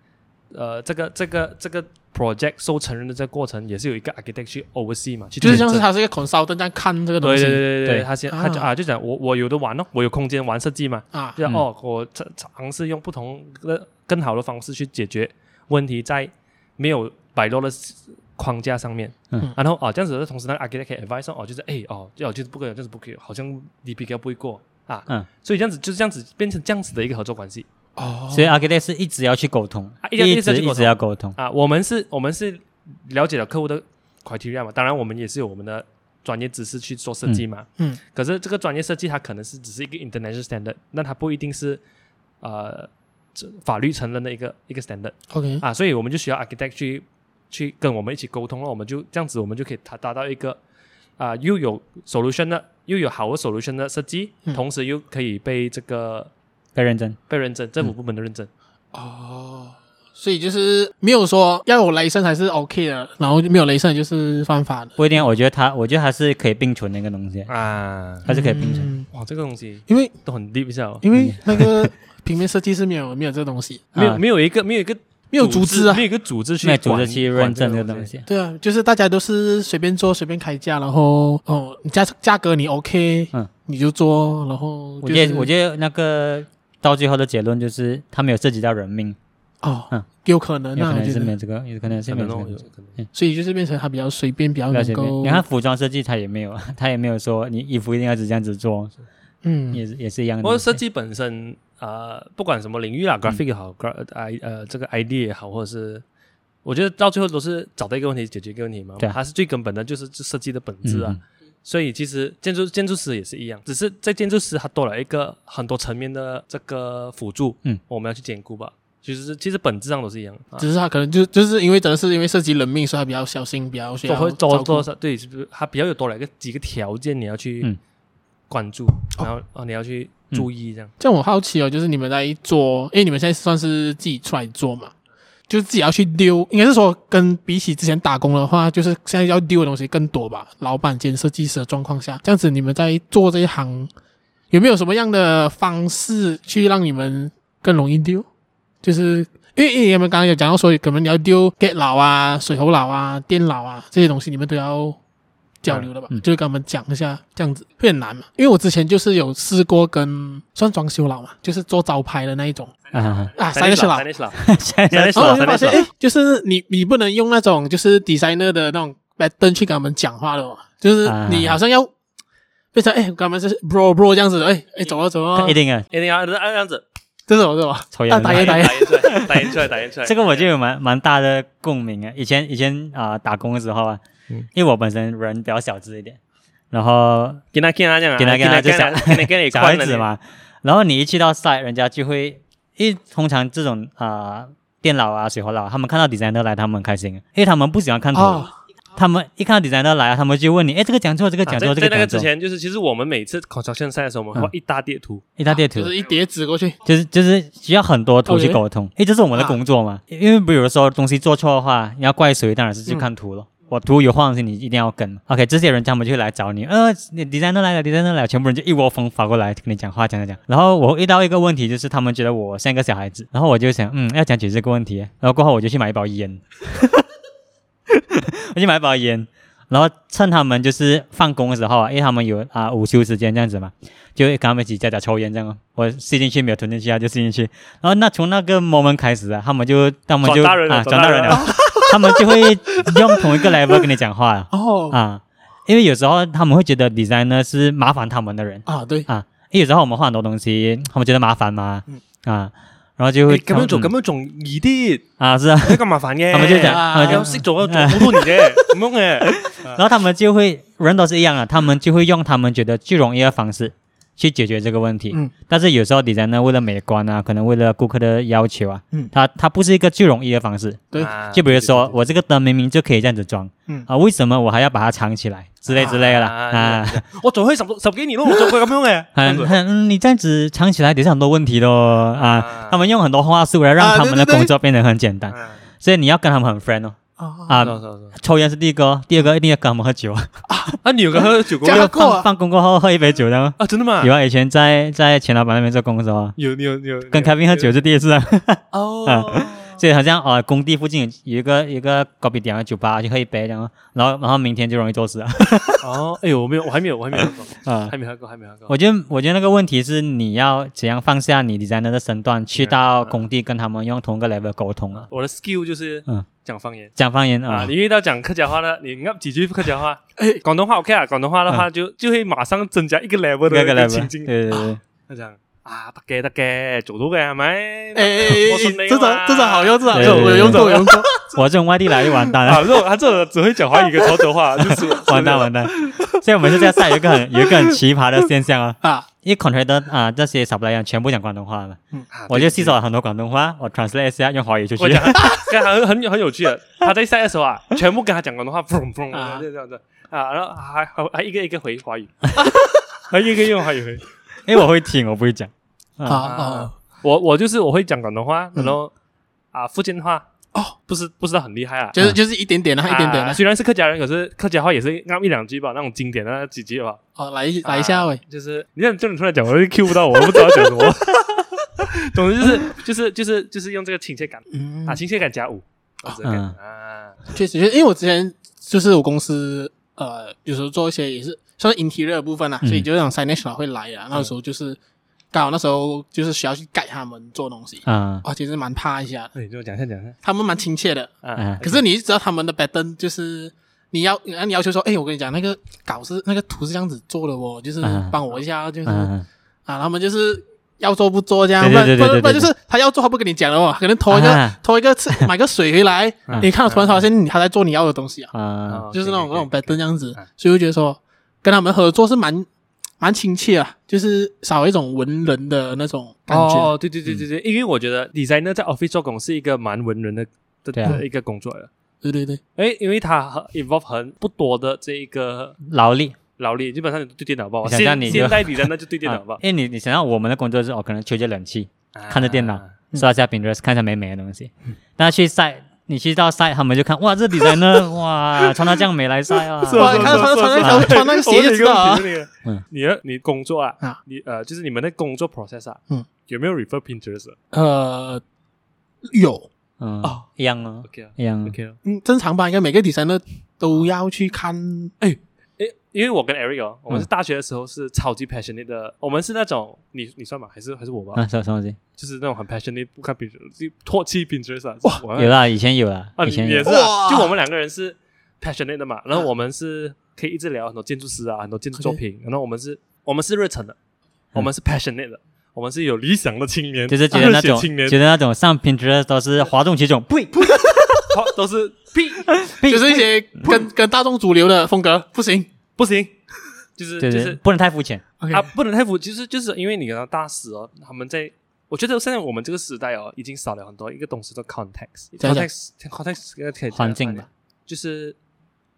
[SPEAKER 2] 呃这个这个这个 project 收承认的这个过程也是有一个 architect 去 oversee 嘛，去
[SPEAKER 1] 就是像是
[SPEAKER 2] 检证
[SPEAKER 1] 他是一个 consultant 在看这个东
[SPEAKER 2] 对
[SPEAKER 1] 西
[SPEAKER 2] 对对对，
[SPEAKER 3] 对
[SPEAKER 2] 他先他就
[SPEAKER 1] 啊
[SPEAKER 2] 啊就讲我我有的玩哦，我有空间玩设计嘛，
[SPEAKER 1] 啊，
[SPEAKER 2] 就、
[SPEAKER 3] 嗯
[SPEAKER 2] 哦我尝尝试用不同的更好的方式去解决问题，在没有摆落的框架上面，
[SPEAKER 3] 嗯
[SPEAKER 2] 然后啊这样子的同时，那个 architect 可以 advice 哦，就是哎哦，就就是不可以，这样子不可以，好像 DPK 不会过啊，
[SPEAKER 3] 嗯，
[SPEAKER 2] 所以这样子就是这样子变成这样子的一个合作关系
[SPEAKER 1] 哦，
[SPEAKER 3] 所以啊 architect 是一直要去沟通
[SPEAKER 2] 啊，一定要
[SPEAKER 3] 一
[SPEAKER 2] 一直要
[SPEAKER 3] 直
[SPEAKER 2] 去沟
[SPEAKER 3] 一
[SPEAKER 2] 通
[SPEAKER 3] 直要沟通。
[SPEAKER 2] 啊，我们是我们是了解了客户的 criteria 嘛，当然我们也是有我们的专业知识去做设计嘛，
[SPEAKER 1] 嗯，
[SPEAKER 2] 可是这个专业设计它可能是只是一个 international standard，那它不一定是呃这法律承认的一个一个 standard
[SPEAKER 1] OK，
[SPEAKER 2] 啊，所以我们就需要 architect 去去跟我们一起沟通了，我们就这样子，我们就可以达达到一个啊、又有 solution 的，又有好的 solution 的设计，
[SPEAKER 1] 嗯
[SPEAKER 2] 同时又可以被这个
[SPEAKER 3] 要认真，
[SPEAKER 2] 被认证，
[SPEAKER 1] 嗯
[SPEAKER 2] 政府部门的认证。
[SPEAKER 1] 哦，所以就是没有说要有雷声才是 OK 的，然后没有雷声就是犯法的，
[SPEAKER 3] 不一定。我觉得他，我觉得还是可以并存的一个东西，
[SPEAKER 2] 啊，
[SPEAKER 3] 还是可以嗯并存。
[SPEAKER 1] 嗯
[SPEAKER 2] 哇，这个东西
[SPEAKER 1] 因为
[SPEAKER 2] 都很 deep 一下哦，
[SPEAKER 1] 因为那 个平面设计是没有没有这个东西，
[SPEAKER 2] 没有、
[SPEAKER 3] 啊
[SPEAKER 2] 没有一个没有一个
[SPEAKER 1] 没有组织啊
[SPEAKER 2] 没，有一个组织去
[SPEAKER 3] 那组织
[SPEAKER 2] 管
[SPEAKER 3] 去
[SPEAKER 2] 管
[SPEAKER 3] 认证
[SPEAKER 2] 这
[SPEAKER 3] 这
[SPEAKER 2] 个
[SPEAKER 3] 个东。西，
[SPEAKER 1] 对啊，就是大家都是随便做随便开价，然后哦，你价价格你 OK，
[SPEAKER 3] 嗯
[SPEAKER 1] 你就做，然后
[SPEAKER 3] 我
[SPEAKER 1] 就
[SPEAKER 3] 觉
[SPEAKER 1] 是
[SPEAKER 3] 得，我觉得那个到最后的结论就是，他没有涉及到人命，
[SPEAKER 1] 哦，
[SPEAKER 3] 嗯
[SPEAKER 1] 有可能
[SPEAKER 3] 有可
[SPEAKER 1] 啊，我
[SPEAKER 3] 能
[SPEAKER 1] 觉
[SPEAKER 3] 是没
[SPEAKER 1] 得，
[SPEAKER 3] 有这个，有可能是
[SPEAKER 2] 可
[SPEAKER 3] 没有
[SPEAKER 2] 能
[SPEAKER 3] 这
[SPEAKER 2] 哦
[SPEAKER 3] 个。，
[SPEAKER 2] 可能
[SPEAKER 1] 所以就是变成他比较随便，比较
[SPEAKER 3] 不要
[SPEAKER 1] 能
[SPEAKER 3] 随便。
[SPEAKER 1] 够
[SPEAKER 3] 你，看服装设计，他也没有， 他也没有说你衣服一定要只这样子做，
[SPEAKER 1] 嗯，
[SPEAKER 3] 也是也是一样的
[SPEAKER 2] 不过
[SPEAKER 3] 东西。
[SPEAKER 2] 设计本身，呃，不管什么领域
[SPEAKER 3] 嗯
[SPEAKER 2] 啦，graphic 也好，gra 呃，i 呃这个 idea 也好，或者是，我觉得到最后都是找到一个问题，解决一个问题嘛。
[SPEAKER 3] 对啊
[SPEAKER 2] 它是最根本的，就是就设计的本质啊。
[SPEAKER 3] 嗯
[SPEAKER 2] 所以其实建筑建筑师也是一样，只是在建筑师它多了一个很多层面的这个辅助，
[SPEAKER 3] 嗯，
[SPEAKER 2] 我们要去兼顾吧。其实其实本质上都是一样，啊、
[SPEAKER 1] 只是他可能就就是因为真的是因为涉及人命，所以他比较小心，比较需
[SPEAKER 2] 做
[SPEAKER 1] 要
[SPEAKER 2] 会
[SPEAKER 1] 照
[SPEAKER 2] 做
[SPEAKER 1] 顾
[SPEAKER 2] 做少对，是不是它比较有多了一个几个条件你要去
[SPEAKER 3] 嗯
[SPEAKER 2] 关注，
[SPEAKER 1] 哦
[SPEAKER 2] 然后啊你要去注意这样。
[SPEAKER 1] 这样我好奇哦，就是你们在做，因为你们现在算是自己出来做嘛，就是自己要去丢，应该是说跟比起之前打工的话，就是现在要丢的东西更多吧。老板兼设计师的状况下，这样子你们在做这一行，有没有什么样的方式去让你们更容易丢？就是因为因为你们刚刚有讲到说，可能你要丢 get 佬啊、水喉佬啊、电佬啊这些东西，你们都要交流的吧？
[SPEAKER 3] 嗯
[SPEAKER 1] 就是跟他们讲一下，这样子会很难嘛？因为我之前就是有试过跟算装修佬嘛，就是做招牌的那一种
[SPEAKER 3] 啊，
[SPEAKER 1] 啊，三个是佬
[SPEAKER 2] 三。个是老，
[SPEAKER 3] 现在
[SPEAKER 1] 然后我
[SPEAKER 2] 三
[SPEAKER 1] 就
[SPEAKER 2] 个
[SPEAKER 1] 发
[SPEAKER 2] 是
[SPEAKER 1] 现，
[SPEAKER 2] 老
[SPEAKER 1] 哎，就是你你不能用那种就是 designer 的那种 b a t t e n 去跟他们讲话的哦，就是你好像要变成哎，跟他们是 bro bro 这样子的，哎哎，走了走了
[SPEAKER 3] 一，定啊，
[SPEAKER 2] 一定要按这样子哎
[SPEAKER 1] 这种这种，
[SPEAKER 3] 抽烟
[SPEAKER 1] 啊打烟
[SPEAKER 2] 打印出来，打印出来，打印出来。
[SPEAKER 3] 这个我就有蛮蛮大的共鸣啊。以前以前啊、打工的时候啊，
[SPEAKER 2] 嗯
[SPEAKER 3] 因为我本身人比较小只一点，然后
[SPEAKER 2] 给他给他这样啊，
[SPEAKER 3] 给他给他就小
[SPEAKER 2] 给他给你
[SPEAKER 3] 小孩子，嘛，然后你一去到 site，人家就会，因为通常这种啊、电脑啊、水喉佬，他们看到 designer 来，他们很开心，因为他们不喜欢看图，
[SPEAKER 1] 哦，
[SPEAKER 3] 他们一看到 designer 来，他们就问你，哎，这个讲错，这个
[SPEAKER 2] 啊
[SPEAKER 3] 讲
[SPEAKER 2] 在
[SPEAKER 3] 错，这
[SPEAKER 2] 在那个
[SPEAKER 3] 讲嗯
[SPEAKER 2] 之
[SPEAKER 3] 错，
[SPEAKER 2] 前，就是其实我们每次 construction site 的时候，我们会画一大叠图，
[SPEAKER 3] 一大叠图
[SPEAKER 1] 就。是一叠纸过去，
[SPEAKER 3] 就是就是需要很多图去
[SPEAKER 1] OK
[SPEAKER 3] 沟通，诶，这是我们的工作嘛？因为比如说东西做错的话，你要怪谁？当然是去看图了。我图有画东西，你一定要跟。OK，这些人他们就来找你，呃，你 designer 来了，designer 来了，全部人就一窝蜂跑过来跟你讲话，讲讲讲。然后我遇到一个问题，就是他们觉得我像一个小孩子，然后我就想，嗯，要讲解这个问题。然后过后我就去买一包烟， 我去买一包烟，然后趁他们就是放工的时候啊，因为他们有啊、午休时间这样子嘛，就跟他们一起在家抽烟这样哦。我吸进去没有吞进去啊，就吸进去。然后那从那个 moment 开始啊，他们就他们就
[SPEAKER 2] 转大人了
[SPEAKER 3] 啊
[SPEAKER 2] 转
[SPEAKER 3] 转
[SPEAKER 2] 大
[SPEAKER 3] 大
[SPEAKER 2] 人
[SPEAKER 3] 人
[SPEAKER 2] 了
[SPEAKER 3] 了，他们就会用同一个 level 跟你讲 话啊
[SPEAKER 1] 哦
[SPEAKER 3] 啊，因为有时候他们会觉得 designer 是麻烦他们的人，
[SPEAKER 1] 啊，对，
[SPEAKER 3] 因为有时候我们画很多东西，他们觉得麻烦嘛
[SPEAKER 1] 嗯
[SPEAKER 3] 啊，然后就会
[SPEAKER 2] 咁樣做
[SPEAKER 3] 嗯
[SPEAKER 2] 咁樣仲易啲，
[SPEAKER 3] 啊 是啊，
[SPEAKER 2] 一咁麻煩嘅。
[SPEAKER 3] 他们就讲
[SPEAKER 1] 啊
[SPEAKER 3] 他们就
[SPEAKER 2] 有識做做好多年 嘅，唔通嘅。
[SPEAKER 3] 然后他们就会人都是一样的，他们就会用他们觉得最容易的方式去解决这个问题。
[SPEAKER 1] 嗯，
[SPEAKER 3] 但是有时候 designer 为了美观啊，可能为了顾客的要求啊，
[SPEAKER 1] 嗯
[SPEAKER 3] 它它不是一个最容易的方式。
[SPEAKER 1] 对
[SPEAKER 2] 啊
[SPEAKER 3] 就比如
[SPEAKER 2] 对
[SPEAKER 3] 说
[SPEAKER 2] 对对
[SPEAKER 3] 我这个灯明明就可以这样子装，
[SPEAKER 1] 嗯
[SPEAKER 3] 啊，为什么我还要把它藏起来之类之类的啦
[SPEAKER 2] 啊
[SPEAKER 3] 啊？，
[SPEAKER 2] 我总会十十几年咯，我做过咁样嘅
[SPEAKER 3] 很很、嗯你这样子藏起来，底下很多问题的哦啊。他们用很多话术来
[SPEAKER 1] 啊
[SPEAKER 3] 让他
[SPEAKER 1] 对
[SPEAKER 3] 们的
[SPEAKER 1] 对对
[SPEAKER 3] 工作变得很简单，
[SPEAKER 2] 啊，
[SPEAKER 3] 所以你要跟他们很 friend 哦
[SPEAKER 1] 啊，
[SPEAKER 3] 啊。
[SPEAKER 2] 是是是
[SPEAKER 3] 抽烟是第一个哦，第二个一定要跟他们喝酒。
[SPEAKER 2] 啊，你有跟喝酒过
[SPEAKER 1] 这
[SPEAKER 2] 吗
[SPEAKER 1] 样
[SPEAKER 3] 就
[SPEAKER 1] 够啊
[SPEAKER 3] 放放工过后喝一杯酒的吗？
[SPEAKER 2] 啊？真的吗？
[SPEAKER 3] 有啊，以前在在钱老板那边做工的时候啊，
[SPEAKER 2] 有你有你有
[SPEAKER 3] 跟
[SPEAKER 2] 开
[SPEAKER 3] 凯宾喝酒是第一次啊。
[SPEAKER 2] 哦，
[SPEAKER 1] 啊
[SPEAKER 3] 所以好像呃，工地附近有一个有一个高比点的酒吧，去喝一杯，然后啊然后然后明天就容易做事啊。
[SPEAKER 2] 哦，哎呦，我没有，我还没有，我还没有喝过，
[SPEAKER 3] 啊
[SPEAKER 2] 还没喝过，还没喝过。
[SPEAKER 3] 我觉得，我觉得那个问题是你要怎样放下你 designer 的身段，去到工地跟他们用同一个 level 沟通啊。
[SPEAKER 2] 我的 skill 就是
[SPEAKER 3] 嗯
[SPEAKER 2] 讲方言
[SPEAKER 3] 讲方言
[SPEAKER 2] 啊，
[SPEAKER 3] 啊
[SPEAKER 2] 你，遇到讲客家话的，你噏几句客家话
[SPEAKER 1] 哎，嗯
[SPEAKER 2] 广东话 OK 啊，广东话的话就就会马上增加一个 level
[SPEAKER 3] 那
[SPEAKER 2] 的一
[SPEAKER 3] 个
[SPEAKER 2] 个
[SPEAKER 3] level，
[SPEAKER 2] 情
[SPEAKER 3] 对
[SPEAKER 2] 境。
[SPEAKER 3] 对对，
[SPEAKER 2] 佢就啊得嘅得嘅，做到嘅係咪？
[SPEAKER 1] 哎哎哎，
[SPEAKER 2] 我
[SPEAKER 1] 哎
[SPEAKER 2] 信你
[SPEAKER 1] 这种
[SPEAKER 2] 嘛哎
[SPEAKER 1] 这种好用，这种好
[SPEAKER 3] 对对
[SPEAKER 1] 用，
[SPEAKER 3] 对
[SPEAKER 1] 我有用过，
[SPEAKER 2] 对
[SPEAKER 1] 我
[SPEAKER 2] 对
[SPEAKER 1] 有用过。
[SPEAKER 3] 我这种外地来就完蛋
[SPEAKER 2] 啊，
[SPEAKER 3] 了，
[SPEAKER 2] 这种他这种只会讲华语跟潮州话， 就是
[SPEAKER 3] 完蛋完蛋。所以我们现在赛有一个很有一个很奇葩的现象啊，
[SPEAKER 1] 啊，
[SPEAKER 3] 因为 contractor 啊这些 supplier 全部讲广东话嘛，
[SPEAKER 2] 啊
[SPEAKER 3] 我就吸收了很多广东话，我 translate 一下用华语出去
[SPEAKER 2] 我。讲， 跟他很很很有趣的，他在赛的时候啊，全部跟他讲广东话，砰砰
[SPEAKER 1] 啊
[SPEAKER 2] 就这样子啊，然后还还还一个一个回华语， 还一个一个用华语回。
[SPEAKER 3] 因为我会听，我不会讲。啊
[SPEAKER 1] 好
[SPEAKER 2] 啊
[SPEAKER 1] 哦
[SPEAKER 2] 我我就是我会讲广东话，
[SPEAKER 1] 嗯
[SPEAKER 2] 然后啊福建话
[SPEAKER 1] 哦，
[SPEAKER 2] 不是不知道很厉害啊。
[SPEAKER 3] 嗯
[SPEAKER 1] 就是就是一点点啦，一点点
[SPEAKER 2] 啊
[SPEAKER 1] 啦。
[SPEAKER 2] 虽然是客家人，可是客家话也是那一两句吧，那种经典的那几句吧。
[SPEAKER 1] 哦，来
[SPEAKER 3] 啊
[SPEAKER 1] 一来一下喂，
[SPEAKER 2] 就是你看，就你突然讲，我就 Q 不到我，我不知道讲什么。 总之就是就是就是就是用这个亲切感
[SPEAKER 1] 嗯哦
[SPEAKER 2] 啊，亲切感加五，这样子的感
[SPEAKER 3] 嗯
[SPEAKER 2] 觉啊，
[SPEAKER 1] 确实，因为我之前就是我公司呃，有时候做一些也是算是 interior 的部分啦，啊
[SPEAKER 3] 嗯
[SPEAKER 1] 所以就那种 signage 老会来啊。那时候就是刚好那时候就是需要去盖他们做东西，
[SPEAKER 3] 啊
[SPEAKER 1] 哇，其实蛮怕一下的，
[SPEAKER 2] 对，就讲一下讲一下
[SPEAKER 1] 他们蛮亲切的。
[SPEAKER 2] 啊
[SPEAKER 3] 啊。
[SPEAKER 1] 可是你知道他们的 pattern 就是。你要，你要求说，哎，我跟你讲，那个稿是那个图是这样子做的哦，就是
[SPEAKER 3] 嗯
[SPEAKER 1] 帮我一下，就是
[SPEAKER 3] 嗯，
[SPEAKER 1] 啊，他们就是要做不做这样，
[SPEAKER 3] 对
[SPEAKER 1] 不然
[SPEAKER 3] 对对
[SPEAKER 1] 不然
[SPEAKER 3] 对对
[SPEAKER 1] 不然就是他要做他不跟你讲了哦，可能投一个
[SPEAKER 3] 啊
[SPEAKER 1] 投一个吃买个水回来
[SPEAKER 2] 嗯，
[SPEAKER 1] 你看到突然发现你他在做你要的东西啊，
[SPEAKER 2] 哦
[SPEAKER 3] 啊
[SPEAKER 1] 就是那种那种 b a t t 这样子
[SPEAKER 2] 嗯，
[SPEAKER 1] 所以我觉得说跟他们合作是蛮蛮亲切啊，就是少一种文人的那种感觉。
[SPEAKER 2] 哦，对对对对对，因为我觉得 designer 在 office 做工是一个蛮文人的的
[SPEAKER 3] 对啊
[SPEAKER 2] 的一个工作了，
[SPEAKER 1] 对对对，
[SPEAKER 2] 哎，因为它很 involve 很不多的这一个
[SPEAKER 3] 劳力。
[SPEAKER 2] 劳力，基本上你对电脑吧，啊
[SPEAKER 3] 我想
[SPEAKER 2] 现
[SPEAKER 3] 让你就
[SPEAKER 2] 现代 designer 就对电脑
[SPEAKER 3] 啊
[SPEAKER 2] 吧，
[SPEAKER 3] 因为你你想想，我们的工作是哦，可能吹着冷气，
[SPEAKER 2] 啊
[SPEAKER 3] 看着电脑，刷一下 Pinterest，看一下美美的东西。
[SPEAKER 2] 嗯
[SPEAKER 3] 但去晒，你去到晒，他们就看哇，这 designer 哇，穿到这样美来晒啊。
[SPEAKER 2] 是
[SPEAKER 1] 哇
[SPEAKER 2] 啊，
[SPEAKER 1] 你看他穿穿那条穿那个鞋就知道啊
[SPEAKER 3] 嗯
[SPEAKER 2] 嗯，你的你工作啊
[SPEAKER 1] 啊，
[SPEAKER 2] 你呃，就是你们的工作 process 啊，
[SPEAKER 1] 嗯，
[SPEAKER 2] 有没有 refer Pinterest？OK
[SPEAKER 1] 呃，有，
[SPEAKER 3] 嗯
[SPEAKER 2] 哦，
[SPEAKER 3] 一样哦，
[SPEAKER 2] 啊
[SPEAKER 3] 一样哦。
[SPEAKER 2] ，OK 啊。
[SPEAKER 1] 嗯，正常吧，应该每个 designer 都要去看，
[SPEAKER 2] 诶，因为我跟 Eric 哦，我们是大学的时候是超级 passionate 的，我们是那种你你算吧，还是还是我吧
[SPEAKER 3] 啊，，什么什么东西？
[SPEAKER 2] 就是那种很 passionate 不看 Pinterest，就唾弃 Pinterest 啊。就是我
[SPEAKER 3] 有啦，以前有啦
[SPEAKER 2] 啊，，
[SPEAKER 3] 以
[SPEAKER 2] 你
[SPEAKER 3] 前
[SPEAKER 2] 你也
[SPEAKER 3] 有啊
[SPEAKER 2] 是。啊，
[SPEAKER 1] 哇
[SPEAKER 2] 就我们两个人是 passionate 的嘛，然后我们是可以一直聊很多建筑师啊，很多建筑作品，然后我们是，我们是热
[SPEAKER 3] 嗯
[SPEAKER 2] 忱的，我们是 passionate 的，我们是有理想的青年，
[SPEAKER 3] 就是觉得那
[SPEAKER 2] 热血
[SPEAKER 3] 种，
[SPEAKER 2] 青年
[SPEAKER 3] 觉得那种上 Pinterest 都是哗众取宠，呸呸
[SPEAKER 2] 好 都是屁，
[SPEAKER 3] 呸
[SPEAKER 1] 就是一些跟跟大众主流的风格不行。
[SPEAKER 2] 不行，就是
[SPEAKER 3] 对
[SPEAKER 2] 就
[SPEAKER 3] 对，
[SPEAKER 2] 是
[SPEAKER 3] 不能太肤浅。
[SPEAKER 1] OK，
[SPEAKER 2] 啊，不能太浮，就是就是因为你跟他大使哦，他们在。我觉得现在我们这个时代哦，已经少了很多一个东西叫 context
[SPEAKER 1] 怎样讲
[SPEAKER 2] context context 应该可以讲
[SPEAKER 3] 环境吧，
[SPEAKER 2] 就是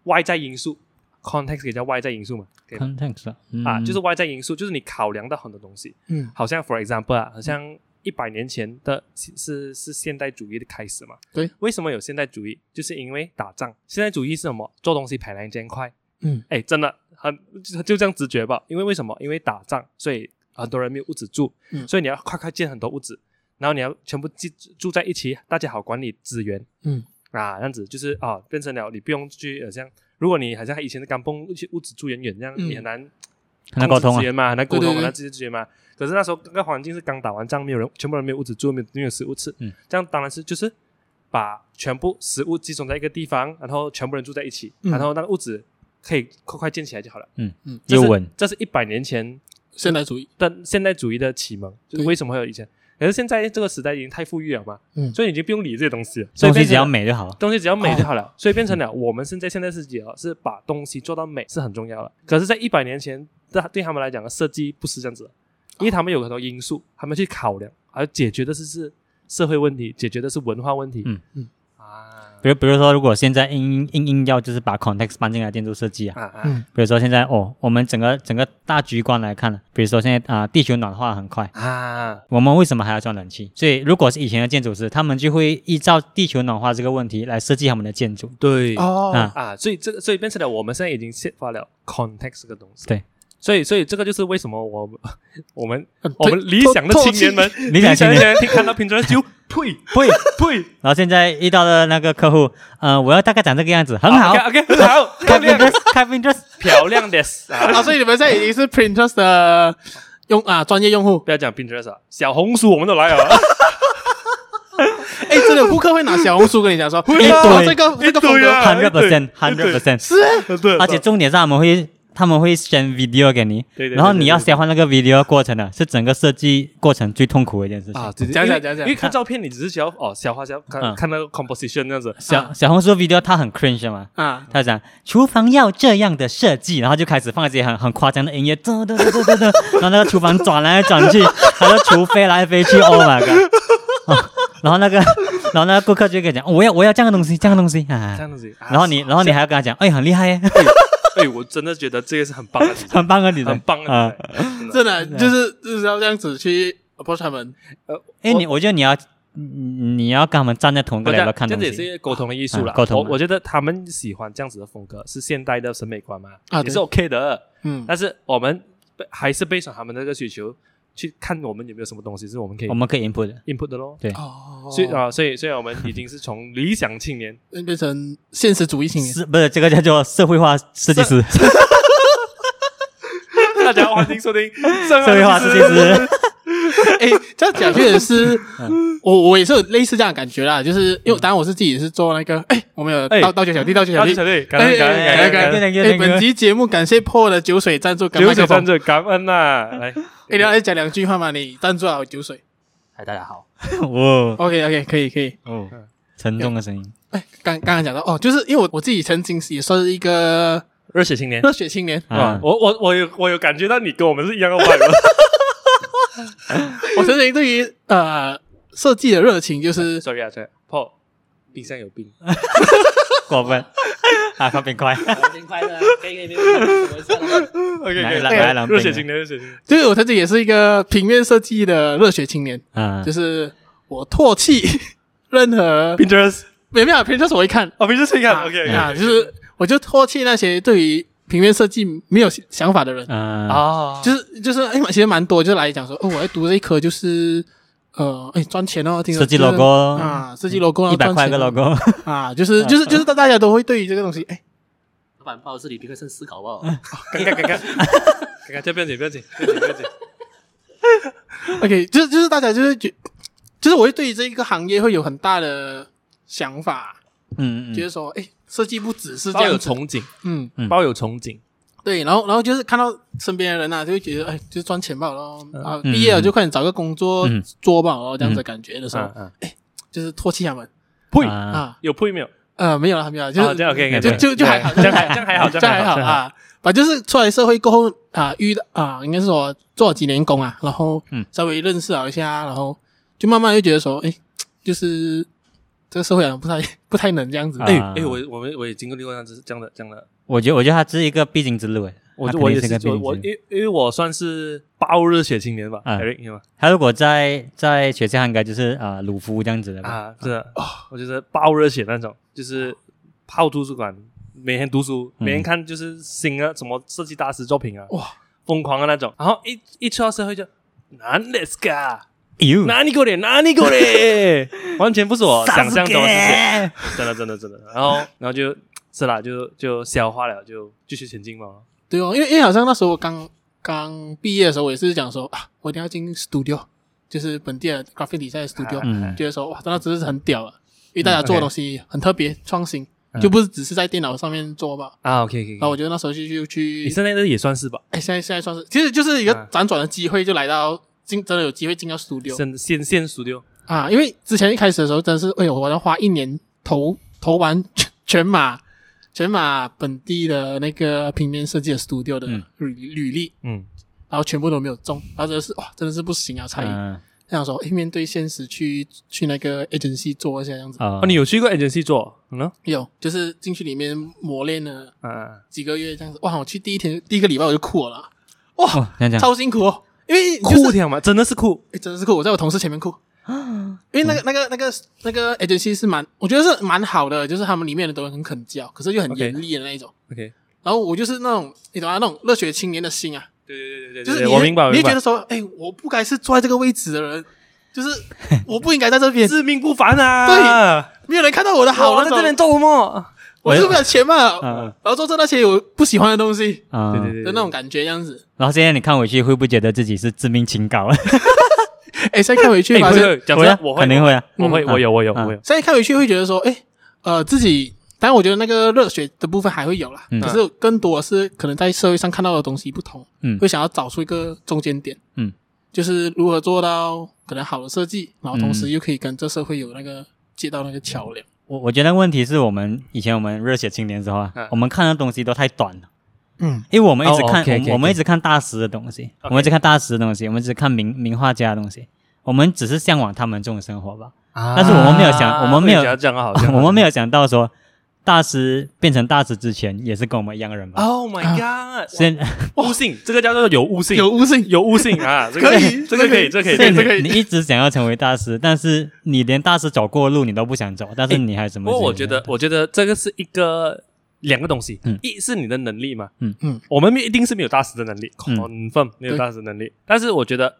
[SPEAKER 2] 外在因素 context 可以叫外在因素嘛，可以吧
[SPEAKER 3] Context
[SPEAKER 2] 啊，就是外在因素，就是你考量到很多东西，
[SPEAKER 1] 嗯，
[SPEAKER 2] 好像 for example 啊，好像一百年前的是是是现代主义的开始嘛。
[SPEAKER 1] 对，
[SPEAKER 2] 为什么有现代主义？就是因为打仗。现代主义是什么？做东西排量间快。
[SPEAKER 1] 嗯，
[SPEAKER 2] 哎，真的很就就这样直觉吧。因为为什么？因为打仗，所以很多人没有屋子住，
[SPEAKER 1] 嗯
[SPEAKER 2] 所以你要快快建很多屋子，然后你要全部住住在一起，大家好管理资源。
[SPEAKER 1] 嗯，
[SPEAKER 2] 啊，这样子就是啊，变成了你不用去好像，如果你好像以前的干崩去屋子住远远这样，
[SPEAKER 1] 嗯
[SPEAKER 2] 你很难。
[SPEAKER 3] 很难沟
[SPEAKER 2] 控
[SPEAKER 3] 通
[SPEAKER 2] 制
[SPEAKER 3] 啊
[SPEAKER 2] 资。源嘛，很难沟通，
[SPEAKER 1] 对对对
[SPEAKER 2] 很难直接资源嘛。可是那时候那个环境是刚打完仗，没有人，全部人没有屋子住，没有没有食物吃，
[SPEAKER 3] 嗯
[SPEAKER 2] 这样当然是就是把全部食物集中在一个地方，然后全部人住在一起，
[SPEAKER 1] 嗯
[SPEAKER 2] 然后那个屋子可以快快建起来就好了。这
[SPEAKER 3] 又
[SPEAKER 2] 是
[SPEAKER 3] 稳，
[SPEAKER 2] 这是一百年前
[SPEAKER 1] 现代主义，
[SPEAKER 2] 的现代主义的启蒙，就是
[SPEAKER 1] 对
[SPEAKER 2] 为什么会有以前。可是现在这个时代已经太富裕了嘛，
[SPEAKER 1] 嗯
[SPEAKER 2] 所以已经不用理这些东西了，所以
[SPEAKER 3] 东西
[SPEAKER 2] 变成
[SPEAKER 3] 只要
[SPEAKER 2] 了
[SPEAKER 3] 美就好了。
[SPEAKER 2] 东西只要美就好了，所以变成了我们现在现在世界哦，是把东西做到美是很重要了。可是，在一百年前对对他们来讲，设计不是这样子的，因为他们有很多因素，他们去考量，而解决的是是社会问题，解决的是文化问题。
[SPEAKER 3] 嗯
[SPEAKER 1] 嗯
[SPEAKER 2] 啊
[SPEAKER 3] 比如比如说，如果现在硬硬硬要就是把 context 搬进来建筑设计啊，
[SPEAKER 2] 啊啊
[SPEAKER 1] 嗯
[SPEAKER 3] 比如说现在哦，我们整个整个大局观来看呢，比如说现在啊、地球暖化很快，
[SPEAKER 2] 啊！
[SPEAKER 3] 我们为什么还要装冷气？所以如果是以前的建筑师，他们就会依照地球暖化这个问题来设计他们的建筑。
[SPEAKER 2] 对
[SPEAKER 1] 哦
[SPEAKER 3] 啊，
[SPEAKER 2] 啊，所以这个所以变成了我们现在已经揭发了 context 这个东西。
[SPEAKER 3] 对，
[SPEAKER 2] 所以所以这个就是为什么我们我们
[SPEAKER 1] 很
[SPEAKER 2] 我们理想的青年们，
[SPEAKER 3] 理想青年
[SPEAKER 2] 年听看到评论就呸呸呸，
[SPEAKER 3] 然后现在遇到的那个客户，呃，我要大概长这个样子，很好
[SPEAKER 2] 啊 OK，很好，漂亮
[SPEAKER 3] ，Carpenters Carpenters，
[SPEAKER 2] 漂亮的 啊
[SPEAKER 1] 啊，！所以你们现在已经是 Printers 的用啊专业用户。
[SPEAKER 2] 不要讲 Pinterest，啊小红书我们都来啊 了，
[SPEAKER 1] 哎，真的有顾客会拿小红书跟你讲说，
[SPEAKER 2] 会啊
[SPEAKER 1] 哎这个这个风
[SPEAKER 2] 一堆
[SPEAKER 1] 格
[SPEAKER 2] 啊
[SPEAKER 3] hundred
[SPEAKER 2] 对
[SPEAKER 3] percent hundred percent，
[SPEAKER 1] 是
[SPEAKER 2] 对
[SPEAKER 3] 而且重点是他们会他们会 send video 给你，
[SPEAKER 2] 对对对
[SPEAKER 3] 然后
[SPEAKER 2] 对
[SPEAKER 3] 你
[SPEAKER 2] 对
[SPEAKER 3] 要
[SPEAKER 2] 对
[SPEAKER 3] 消化那个 video 过程的，是整个设计过程最痛苦的一件事情。
[SPEAKER 2] 啊，对对
[SPEAKER 1] 讲
[SPEAKER 2] 因为
[SPEAKER 1] 讲讲讲
[SPEAKER 2] 因为看照片你只是需要哦，小花小看
[SPEAKER 3] 嗯
[SPEAKER 2] 看那个 composition 那样子，
[SPEAKER 3] 小小红书 video 它很 cringe 嘛，
[SPEAKER 1] 啊，
[SPEAKER 3] 他讲厨房要这样的设计，然后就开始放一些很很夸张的音乐，噔噔噔噔噔噔， 然后那个厨房转来转去，然后厨飞来飞去，Oh my god！、啊然后那个，然后那个顾客就跟你讲，哦我要我要这样的东西，这样的东西啊
[SPEAKER 2] 这。样子。啊
[SPEAKER 3] 然后你，然后你还要跟他讲，哎，很厉害耶，
[SPEAKER 2] 哎，我真的觉得这个是很 棒的题材，
[SPEAKER 3] 很棒啊，你的，
[SPEAKER 2] 很棒
[SPEAKER 3] 啊
[SPEAKER 2] 的题。材，真的
[SPEAKER 1] 真的就是就是要这样子去 approach 他们。
[SPEAKER 3] 哎，你我觉得你要，嗯你要跟他们站在同一个
[SPEAKER 2] 我
[SPEAKER 3] l
[SPEAKER 2] 觉
[SPEAKER 3] e
[SPEAKER 2] 得
[SPEAKER 3] 看
[SPEAKER 2] 这
[SPEAKER 3] 东
[SPEAKER 2] 样子也是一
[SPEAKER 3] 西，
[SPEAKER 2] 个沟通的艺术啦。
[SPEAKER 3] 啊沟通
[SPEAKER 2] 我我觉得他们喜欢这样子的风格，是现代的审美观嘛，
[SPEAKER 1] 啊
[SPEAKER 2] 也
[SPEAKER 1] 对
[SPEAKER 2] 是 OK 的。
[SPEAKER 1] 嗯，
[SPEAKER 2] 但是我们还是背上他们的这个需求，去看我们有没有什么东西是我们可以
[SPEAKER 3] 我们可以 input 的。
[SPEAKER 2] input 的咯。
[SPEAKER 1] 哦，
[SPEAKER 2] 所以啊，所以所以我们已经是从理想青年
[SPEAKER 1] 变成现实主义青年。
[SPEAKER 3] 是不是这个叫做社会化设计师？
[SPEAKER 2] 大家欢迎收听社
[SPEAKER 3] 社会化设计师，
[SPEAKER 1] 哎，这样讲确实 是，
[SPEAKER 2] 嗯
[SPEAKER 1] 我我也是有类似这样的感觉啦，就是因为当然我是自己是做那个，哎，我们有
[SPEAKER 2] 哎
[SPEAKER 1] 道道歉小弟，道歉小
[SPEAKER 2] 啊，
[SPEAKER 1] 弟
[SPEAKER 2] 小。弟，感恩感恩感恩感
[SPEAKER 3] 哎
[SPEAKER 2] 恩，
[SPEAKER 3] 感
[SPEAKER 1] 哎，本集节目感谢破的酒水赞助，感
[SPEAKER 2] 酒
[SPEAKER 1] 谢
[SPEAKER 2] 水赞助，感恩呐！来，
[SPEAKER 1] 哎，你要讲两句话嘛？你赞助好酒水。
[SPEAKER 2] 嗨，大家好，
[SPEAKER 3] 哦
[SPEAKER 1] OK OK，可 以可以。
[SPEAKER 3] 哦，沉重的声音。
[SPEAKER 1] 哎，刚刚刚讲到哦，就是因为我我自己曾经也算是一个
[SPEAKER 2] 热血
[SPEAKER 3] 哎
[SPEAKER 2] 青年
[SPEAKER 1] 热血青年，
[SPEAKER 2] 啊
[SPEAKER 3] 啊！，
[SPEAKER 2] 我我我有我有感觉到你跟我们是一样的 vibe 了。
[SPEAKER 1] 我曾经对于呃设计的热情就是，
[SPEAKER 2] Sorry 啊，Sorry，Paul，冰箱有冰。
[SPEAKER 3] 过分 啊，快变快！
[SPEAKER 4] 新快乐，可以可以，没问题，我知道了。
[SPEAKER 2] OK，
[SPEAKER 3] 来来来两
[SPEAKER 2] 哎热血
[SPEAKER 3] 杯
[SPEAKER 2] 青年，热血青年。
[SPEAKER 1] 就是我曾经也是一个平面设计的热血青年，
[SPEAKER 3] 啊
[SPEAKER 1] 就，是我唾弃 任何
[SPEAKER 2] Pinterest，
[SPEAKER 1] 没有没有，平时我一看
[SPEAKER 2] 哦，Pinterest 你
[SPEAKER 1] 啊
[SPEAKER 2] 看，OK
[SPEAKER 1] 啊，就是我就唾弃那些对于平面设计没有想法的人，
[SPEAKER 3] 啊，
[SPEAKER 2] 啊
[SPEAKER 1] 就，是就是哎，其实蛮多就来讲说，哦，我要读这一科就是。呃，哎，赚钱哦，听说
[SPEAKER 3] 设计
[SPEAKER 1] 就是
[SPEAKER 3] logo
[SPEAKER 1] 啊，设计 logo 然后
[SPEAKER 3] 一百
[SPEAKER 1] 赚
[SPEAKER 3] 块一
[SPEAKER 1] 钱
[SPEAKER 3] 个
[SPEAKER 1] 哦
[SPEAKER 3] logo，
[SPEAKER 1] 啊，就是就是就是大大家都会对于这个东西，哎，
[SPEAKER 4] 老板，不好意思，你别克森思考吧。
[SPEAKER 2] 看看看看，看看，这不要紧，不要紧，不要紧，不要紧。
[SPEAKER 1] OK，就是就是大家就是觉，就是我会对于这一个行业会有很大的想法，
[SPEAKER 3] 嗯
[SPEAKER 1] 就
[SPEAKER 3] 嗯
[SPEAKER 1] 是说，哎，设计不只是这
[SPEAKER 2] 抱
[SPEAKER 1] 样
[SPEAKER 2] 有
[SPEAKER 1] 子，
[SPEAKER 2] 憧憬，
[SPEAKER 1] 嗯，
[SPEAKER 3] 嗯
[SPEAKER 2] 抱有憧憬。
[SPEAKER 1] 对，然后然后就是看到身边的人呐、就会觉得，哎，就是赚钱吧，然后啊，
[SPEAKER 3] 嗯
[SPEAKER 1] 毕业了就快点找个工作
[SPEAKER 3] 嗯
[SPEAKER 1] 做吧，然后这样子的感觉的时候，
[SPEAKER 2] 嗯嗯，
[SPEAKER 1] 就是唾弃他们
[SPEAKER 2] 呸，
[SPEAKER 3] 啊，
[SPEAKER 1] 啊，
[SPEAKER 2] 有呸没有？
[SPEAKER 1] 呃，没有了，没有了，就
[SPEAKER 2] 啊，
[SPEAKER 1] 是
[SPEAKER 2] 这样 OK，
[SPEAKER 1] 就就就还好，
[SPEAKER 2] 这样还
[SPEAKER 1] 就
[SPEAKER 2] 这样还好，
[SPEAKER 1] 这样还好
[SPEAKER 2] 这样还好。
[SPEAKER 1] 啊。反正就是出来社会过后啊，遇到啊，应该是说做了几年工啊，然后
[SPEAKER 3] 嗯
[SPEAKER 1] 稍微认识啊了一下，然后就慢慢就觉得说，哎，就是这个社会好像不太不太能这样子。
[SPEAKER 3] 啊
[SPEAKER 2] 哎哎，我我们我也经历过这样子这样的这样的，
[SPEAKER 3] 我觉得我觉得它是一个必经之路诶。
[SPEAKER 2] 我
[SPEAKER 3] 它肯
[SPEAKER 2] 我也
[SPEAKER 3] 定是一
[SPEAKER 2] 是
[SPEAKER 3] 个
[SPEAKER 2] 我
[SPEAKER 3] 必
[SPEAKER 2] 我
[SPEAKER 3] 经之路。
[SPEAKER 2] 因因为我算是爆热血青年吧
[SPEAKER 3] 啊
[SPEAKER 2] ，Eric 你吗？
[SPEAKER 3] 他如果在在学校应该就是啊鲁夫这样子的吧，
[SPEAKER 2] 啊，是的，我就是爆热血那种，就是泡图书馆，每天读书，每
[SPEAKER 3] 嗯
[SPEAKER 2] 天看就是新的什么设计大师作品啊，
[SPEAKER 1] 哇，
[SPEAKER 2] 疯狂的那种。然后一一出到社会就，哪里是个，
[SPEAKER 3] 哟，
[SPEAKER 2] 哪里过来，哪里过 来，完全不是我哦想象中的世界，
[SPEAKER 3] 的
[SPEAKER 2] 真的真的真的。然后然后就是啦，就就消化了，就继续前进嘛。
[SPEAKER 1] 对哦，因为因为好像那时候我刚刚毕业的时候，我也是讲说啊，我一定要进 studio，就是本地的 graphic design 的 studio，、
[SPEAKER 3] 嗯
[SPEAKER 1] 觉得说哇，那真的是很屌啊，因为大家做的东西很特别、创新，
[SPEAKER 3] 嗯
[SPEAKER 1] 就不是只是在电脑上面做吧。
[SPEAKER 2] 啊，OK OK，
[SPEAKER 1] 然后我觉得那时候就就去
[SPEAKER 2] 你现在的也算是吧，
[SPEAKER 1] 哎，现在现在算是，其实就是一个
[SPEAKER 3] 嗯
[SPEAKER 2] 啊
[SPEAKER 1] 辗转的机会，就来到进，真的有机会进到 studio
[SPEAKER 2] 现现现熟丢
[SPEAKER 1] 啊。 因为之前一开始的时候，真的是，哎呦，我要花一年投投完全全马全马本地的那个平面设计的 studio 的
[SPEAKER 3] 嗯
[SPEAKER 1] 履履历，
[SPEAKER 2] 嗯，
[SPEAKER 1] 然后全部都没有中，然后真的是哇，真的是不行啊，才
[SPEAKER 2] 哎
[SPEAKER 3] 嗯
[SPEAKER 1] 这样说，诶面对现实去去那个 agency 做一下这样子。
[SPEAKER 3] 哦
[SPEAKER 2] 哦，你有去过 agency 做？嗯，
[SPEAKER 1] 有，就是进去里面磨练了
[SPEAKER 2] 啊，
[SPEAKER 1] 几个月这样子。哇，我去第一天第一个礼拜我就哭了啦，
[SPEAKER 3] 哦这样讲，
[SPEAKER 1] 超辛苦哦，因为就是
[SPEAKER 2] 酷天嘛，真的是酷，
[SPEAKER 1] 诶真的是酷，我在我同事前面哭。
[SPEAKER 2] 啊
[SPEAKER 1] 因为那个、那个、那个、那个 agency 是蛮，我觉得是蛮好的，就是他们里面的都很肯教，可是又很
[SPEAKER 2] OK
[SPEAKER 1] 严厉的那一种。
[SPEAKER 2] OK，
[SPEAKER 1] 然后我就是那种，你懂啊，那种热血青年的心啊，
[SPEAKER 2] 对对对对
[SPEAKER 1] 就是
[SPEAKER 2] 对，
[SPEAKER 1] 你
[SPEAKER 2] 我明白，我
[SPEAKER 1] 你
[SPEAKER 2] 明
[SPEAKER 1] 就觉
[SPEAKER 2] 白
[SPEAKER 1] 得，说，哎，我不该是坐在这个位置的人，就是我不应该在这 边，
[SPEAKER 2] 自命不凡啊，
[SPEAKER 1] 对没有人看到我的好
[SPEAKER 2] 我
[SPEAKER 1] 那
[SPEAKER 2] 在这边
[SPEAKER 1] 种，
[SPEAKER 2] 做什么？
[SPEAKER 1] 我是为了钱嘛，
[SPEAKER 2] 啊
[SPEAKER 3] 嗯
[SPEAKER 1] 然后做这那些我不喜欢的东西
[SPEAKER 3] 啊，
[SPEAKER 2] 嗯对对对，
[SPEAKER 1] 的那种感觉样子。
[SPEAKER 3] 然后现在你看回去，会不会觉得自己是致命清高？啊
[SPEAKER 1] 哎，现在看回去
[SPEAKER 2] 哎，
[SPEAKER 1] 发
[SPEAKER 2] 会
[SPEAKER 1] 现，
[SPEAKER 2] 会，讲
[SPEAKER 3] 会
[SPEAKER 2] 真
[SPEAKER 3] 啊
[SPEAKER 2] 的，我
[SPEAKER 3] 肯
[SPEAKER 2] 会，
[SPEAKER 3] 定会啊。
[SPEAKER 2] 我会，
[SPEAKER 3] 嗯
[SPEAKER 2] 我有，我有，
[SPEAKER 3] 嗯
[SPEAKER 2] 我有，
[SPEAKER 1] 现在看回去会觉得说，哎，呃，自己。当然，我觉得那个热血的部分还会有啦，
[SPEAKER 3] 嗯
[SPEAKER 1] 可是更多是可能在社会上看到的东西不同，
[SPEAKER 3] 嗯
[SPEAKER 1] 会想要找出一个中间点，
[SPEAKER 3] 嗯，
[SPEAKER 1] 就是如何做到可能好的设计，然后同
[SPEAKER 3] 嗯
[SPEAKER 1] 时又可以跟这社会有那个接到那个桥梁。
[SPEAKER 3] 我我觉得问题是我们以前我们热血青年的时候啊
[SPEAKER 2] 嗯，
[SPEAKER 3] 我们看的东西都太短了，
[SPEAKER 1] 嗯，
[SPEAKER 3] 因为我们一直
[SPEAKER 2] 哦
[SPEAKER 3] 看，
[SPEAKER 2] ，OK，OK，
[SPEAKER 3] 我们
[SPEAKER 2] OK
[SPEAKER 3] 我们一直看大师的东西，我们一直看大师的东西，我们只看名名画家的东西，我们只是向往他们这种生活吧。但是我们没有想我们没有
[SPEAKER 2] 讲讲好，
[SPEAKER 3] 我们没
[SPEAKER 2] 有。
[SPEAKER 3] 有想到说，大师变成大师之前也是跟我们一样的人吧？
[SPEAKER 2] Oh my god！
[SPEAKER 3] 现
[SPEAKER 2] 悟性，这个叫做有悟性，
[SPEAKER 1] 有悟性，
[SPEAKER 2] 有悟性啊，这个
[SPEAKER 1] 可以
[SPEAKER 2] 这个可以，这个可以，
[SPEAKER 3] 现
[SPEAKER 2] 这
[SPEAKER 3] 在
[SPEAKER 2] 个可以。
[SPEAKER 3] 你你一直想要成为大师，但是你连大师走过的路你都不想走，但是你还怎么？
[SPEAKER 2] 不过我觉得，我觉得这个是一个两个东西，
[SPEAKER 3] 嗯
[SPEAKER 2] 一是你的能力嘛，
[SPEAKER 3] 嗯
[SPEAKER 1] 嗯，
[SPEAKER 2] 我们一定是没有大师的能力
[SPEAKER 3] 嗯
[SPEAKER 2] ，confirm 没有大师的能力。但是我觉得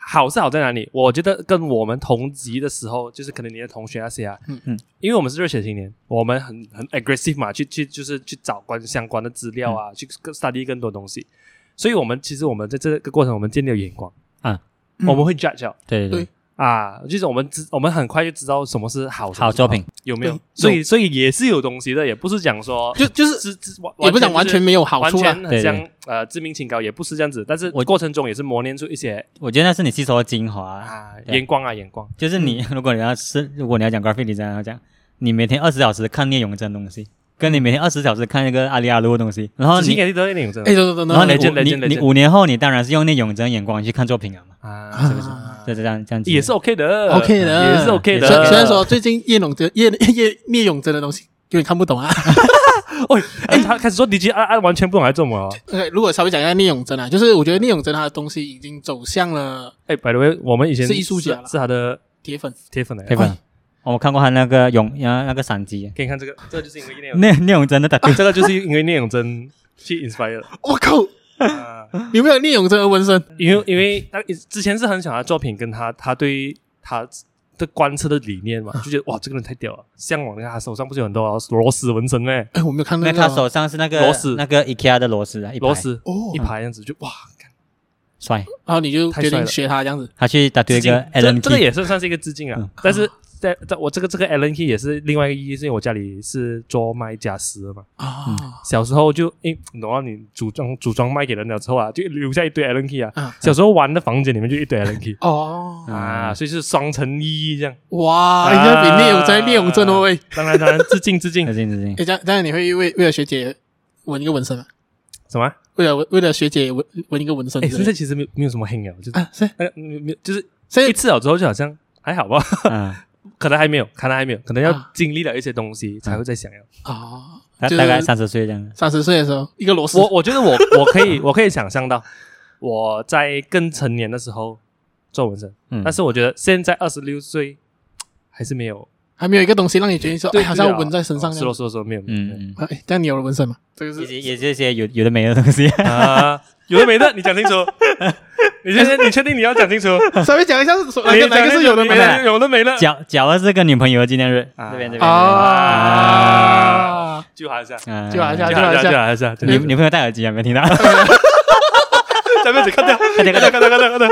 [SPEAKER 2] 好是好在哪里？我觉得跟我们同级的时候，就是可能你的同学那些啊，
[SPEAKER 1] 嗯
[SPEAKER 3] 嗯，
[SPEAKER 2] 因为我们是热血青年，我们很很 aggressive 嘛，去去就是去找关相关的资料
[SPEAKER 3] 嗯
[SPEAKER 2] 啊，去 study 更多东西，所以我们其实我们在这个过程，我们建立了眼光
[SPEAKER 3] 啊，
[SPEAKER 2] 我们会 judge 了
[SPEAKER 3] 对
[SPEAKER 1] 对
[SPEAKER 3] 对
[SPEAKER 2] 啊，就是我们知我们很快就知道什么是好
[SPEAKER 3] 对，好作品，
[SPEAKER 2] 有没有
[SPEAKER 1] 对？
[SPEAKER 2] 所以所以也是有东西的，也不是讲说
[SPEAKER 1] 就就是
[SPEAKER 2] 是是完
[SPEAKER 1] 也不讲完
[SPEAKER 2] 全
[SPEAKER 1] 全
[SPEAKER 2] 就是
[SPEAKER 1] 没有好
[SPEAKER 2] 完
[SPEAKER 1] 处啊啦。
[SPEAKER 2] 全
[SPEAKER 3] 对
[SPEAKER 2] 很像呃致命清高，也不是这样子。但是
[SPEAKER 3] 我
[SPEAKER 2] 过程中也是磨练出一些
[SPEAKER 3] 我觉得那是你吸收的精华
[SPEAKER 2] 啊
[SPEAKER 3] 对
[SPEAKER 2] 眼光啊眼光。
[SPEAKER 3] 就是你，如果你要是如果你要讲 graphic design，要讲你每天二十小时看聂永真的东西，跟你每天二十小时看那个阿里阿鲁的东西，然后
[SPEAKER 2] 你
[SPEAKER 3] 你，
[SPEAKER 2] 肯定得一点真
[SPEAKER 1] 哎，等等等
[SPEAKER 3] 然后
[SPEAKER 1] 等
[SPEAKER 3] 你
[SPEAKER 1] 等，
[SPEAKER 2] legend，
[SPEAKER 3] 五你
[SPEAKER 2] legend，
[SPEAKER 3] 你
[SPEAKER 2] legend
[SPEAKER 3] 五年后你当然是用聂永真的眼光去看作品了嘛，
[SPEAKER 2] 啊，是不是？
[SPEAKER 3] 对这样这样子
[SPEAKER 2] 也是哦 OK 的
[SPEAKER 1] OK 的
[SPEAKER 2] 也是 OK 的。
[SPEAKER 1] 虽虽然说最近叶永哲、叶叶聂永哲的东西有点看不懂啊。
[SPEAKER 2] 哦，哎，他开始说 DJ 啊啊，完全不懂还做什么。
[SPEAKER 1] OK，如果呃稍微讲一下聂永真啊，就是我觉得聂永真他的东西已经走向了
[SPEAKER 2] 哎，by the way，我们以前
[SPEAKER 1] 是艺术家啦
[SPEAKER 2] 是他的
[SPEAKER 1] 铁粉，
[SPEAKER 2] 铁粉来
[SPEAKER 3] 对
[SPEAKER 2] 的。
[SPEAKER 3] 吧？哦我看过他那个永呃那个闪击，
[SPEAKER 2] 给你哎看这个，啊这就是因为 聂永，
[SPEAKER 3] 聂聂永真的 tattoo，
[SPEAKER 2] 这个就是因为聂永真去 inspire 的
[SPEAKER 1] 我靠，
[SPEAKER 2] 啊。
[SPEAKER 1] 有没有聂永真的纹身？
[SPEAKER 3] 嗯
[SPEAKER 2] 因为因为他之前是很喜欢他的作品，跟他他对他的观测的理念
[SPEAKER 3] 啊
[SPEAKER 2] 嘛，就觉得哇，这个人太屌了，向往。你看他手上不是有很多螺丝纹身哎，
[SPEAKER 1] 哎，我没有看到
[SPEAKER 3] 那
[SPEAKER 1] 那个
[SPEAKER 3] 他手上是那个
[SPEAKER 2] 螺丝
[SPEAKER 3] 那个 IKEA 的螺丝啊，一排
[SPEAKER 2] 螺丝
[SPEAKER 1] 哦
[SPEAKER 2] 一，排这样子，就哇，干
[SPEAKER 3] 帅，
[SPEAKER 1] 然后你就
[SPEAKER 2] 太
[SPEAKER 1] 决
[SPEAKER 2] 帅
[SPEAKER 1] 定
[SPEAKER 2] 了
[SPEAKER 1] 学他这样子。
[SPEAKER 3] 他去 tattoo 一
[SPEAKER 2] 致敬
[SPEAKER 3] 个
[SPEAKER 2] 这
[SPEAKER 3] Alan
[SPEAKER 2] 这个
[SPEAKER 3] Key，
[SPEAKER 2] 也是算是一个致敬
[SPEAKER 3] 嗯
[SPEAKER 2] 啊，但是。在在我这个这个 Alan Key 也是另外一个意义，是因为我家里是做卖家私的嘛。
[SPEAKER 1] 啊，
[SPEAKER 2] 小时候就诶，然后你组装组装卖给人了之后啊，就留下一堆 Alan Key 啊。
[SPEAKER 1] 啊
[SPEAKER 2] 小时候玩的房间里面就一堆 Alan Key
[SPEAKER 1] 哦，
[SPEAKER 3] 嗯
[SPEAKER 2] 啊，所以是双层意义这样。
[SPEAKER 1] 哇，
[SPEAKER 2] 啊
[SPEAKER 1] 人家比聂永真聂永真哦喂！
[SPEAKER 2] 当然当然，致敬 致敬
[SPEAKER 3] 致。敬致敬
[SPEAKER 1] 哎，，这样这样你会为为了学姐纹一个纹身吗？
[SPEAKER 2] 什么？
[SPEAKER 1] 为了为了学姐纹纹一个纹身之
[SPEAKER 2] 哎，
[SPEAKER 1] 类的？
[SPEAKER 2] 现在其实没有没有什么黑了，就是
[SPEAKER 1] 啊，是
[SPEAKER 2] 那个没有没有，就是
[SPEAKER 1] 所
[SPEAKER 2] 一
[SPEAKER 1] 以
[SPEAKER 2] 次了之后就好像还好吧，
[SPEAKER 3] 嗯，
[SPEAKER 2] 可能还没有，可能还没有，可能要
[SPEAKER 1] 啊
[SPEAKER 2] 经历了一些东西才会再想要。
[SPEAKER 1] 啊，
[SPEAKER 3] 大
[SPEAKER 1] 就是
[SPEAKER 3] 大概三十岁这样，
[SPEAKER 1] 三十岁的时候，一个螺丝
[SPEAKER 2] 我我觉得我我可以我可以想象到我在更成年的时候做纹身，
[SPEAKER 3] 嗯，
[SPEAKER 2] 但是我觉得现在二十六岁还是没有，
[SPEAKER 1] 还没有一个东西让你决定说，
[SPEAKER 2] 对，
[SPEAKER 1] 哎，好像要纹在身上那
[SPEAKER 2] 哦是
[SPEAKER 1] 样
[SPEAKER 2] 咯。是咯是咯，没有，没有没有
[SPEAKER 3] 嗯嗯，
[SPEAKER 1] 哎，但你有了纹身吗？这个
[SPEAKER 3] 也
[SPEAKER 1] 是
[SPEAKER 3] 是也是一些有有的没的东西。
[SPEAKER 2] 啊，有的没的，你讲清楚， 你确定你确定你要讲清楚，
[SPEAKER 1] 稍微讲一下是什么？哪
[SPEAKER 2] 你
[SPEAKER 1] 个哪
[SPEAKER 2] 讲
[SPEAKER 1] 个
[SPEAKER 2] 清
[SPEAKER 1] 是有
[SPEAKER 2] 楚
[SPEAKER 1] 的
[SPEAKER 2] 你
[SPEAKER 1] 没
[SPEAKER 2] 讲清
[SPEAKER 1] 的
[SPEAKER 2] 楚有的没的，
[SPEAKER 3] 脚脚的是跟女朋友的纪念日，
[SPEAKER 2] 啊
[SPEAKER 3] 这边这边
[SPEAKER 1] 哦啊？
[SPEAKER 2] 就还一下。
[SPEAKER 3] 嗯
[SPEAKER 1] 就好像
[SPEAKER 2] 就
[SPEAKER 1] 就好
[SPEAKER 2] 还
[SPEAKER 1] 像
[SPEAKER 2] 就还一下，
[SPEAKER 3] 女女朋友戴耳机有啊没有听到？
[SPEAKER 2] 下面子看掉，看掉，看掉，看掉，看掉。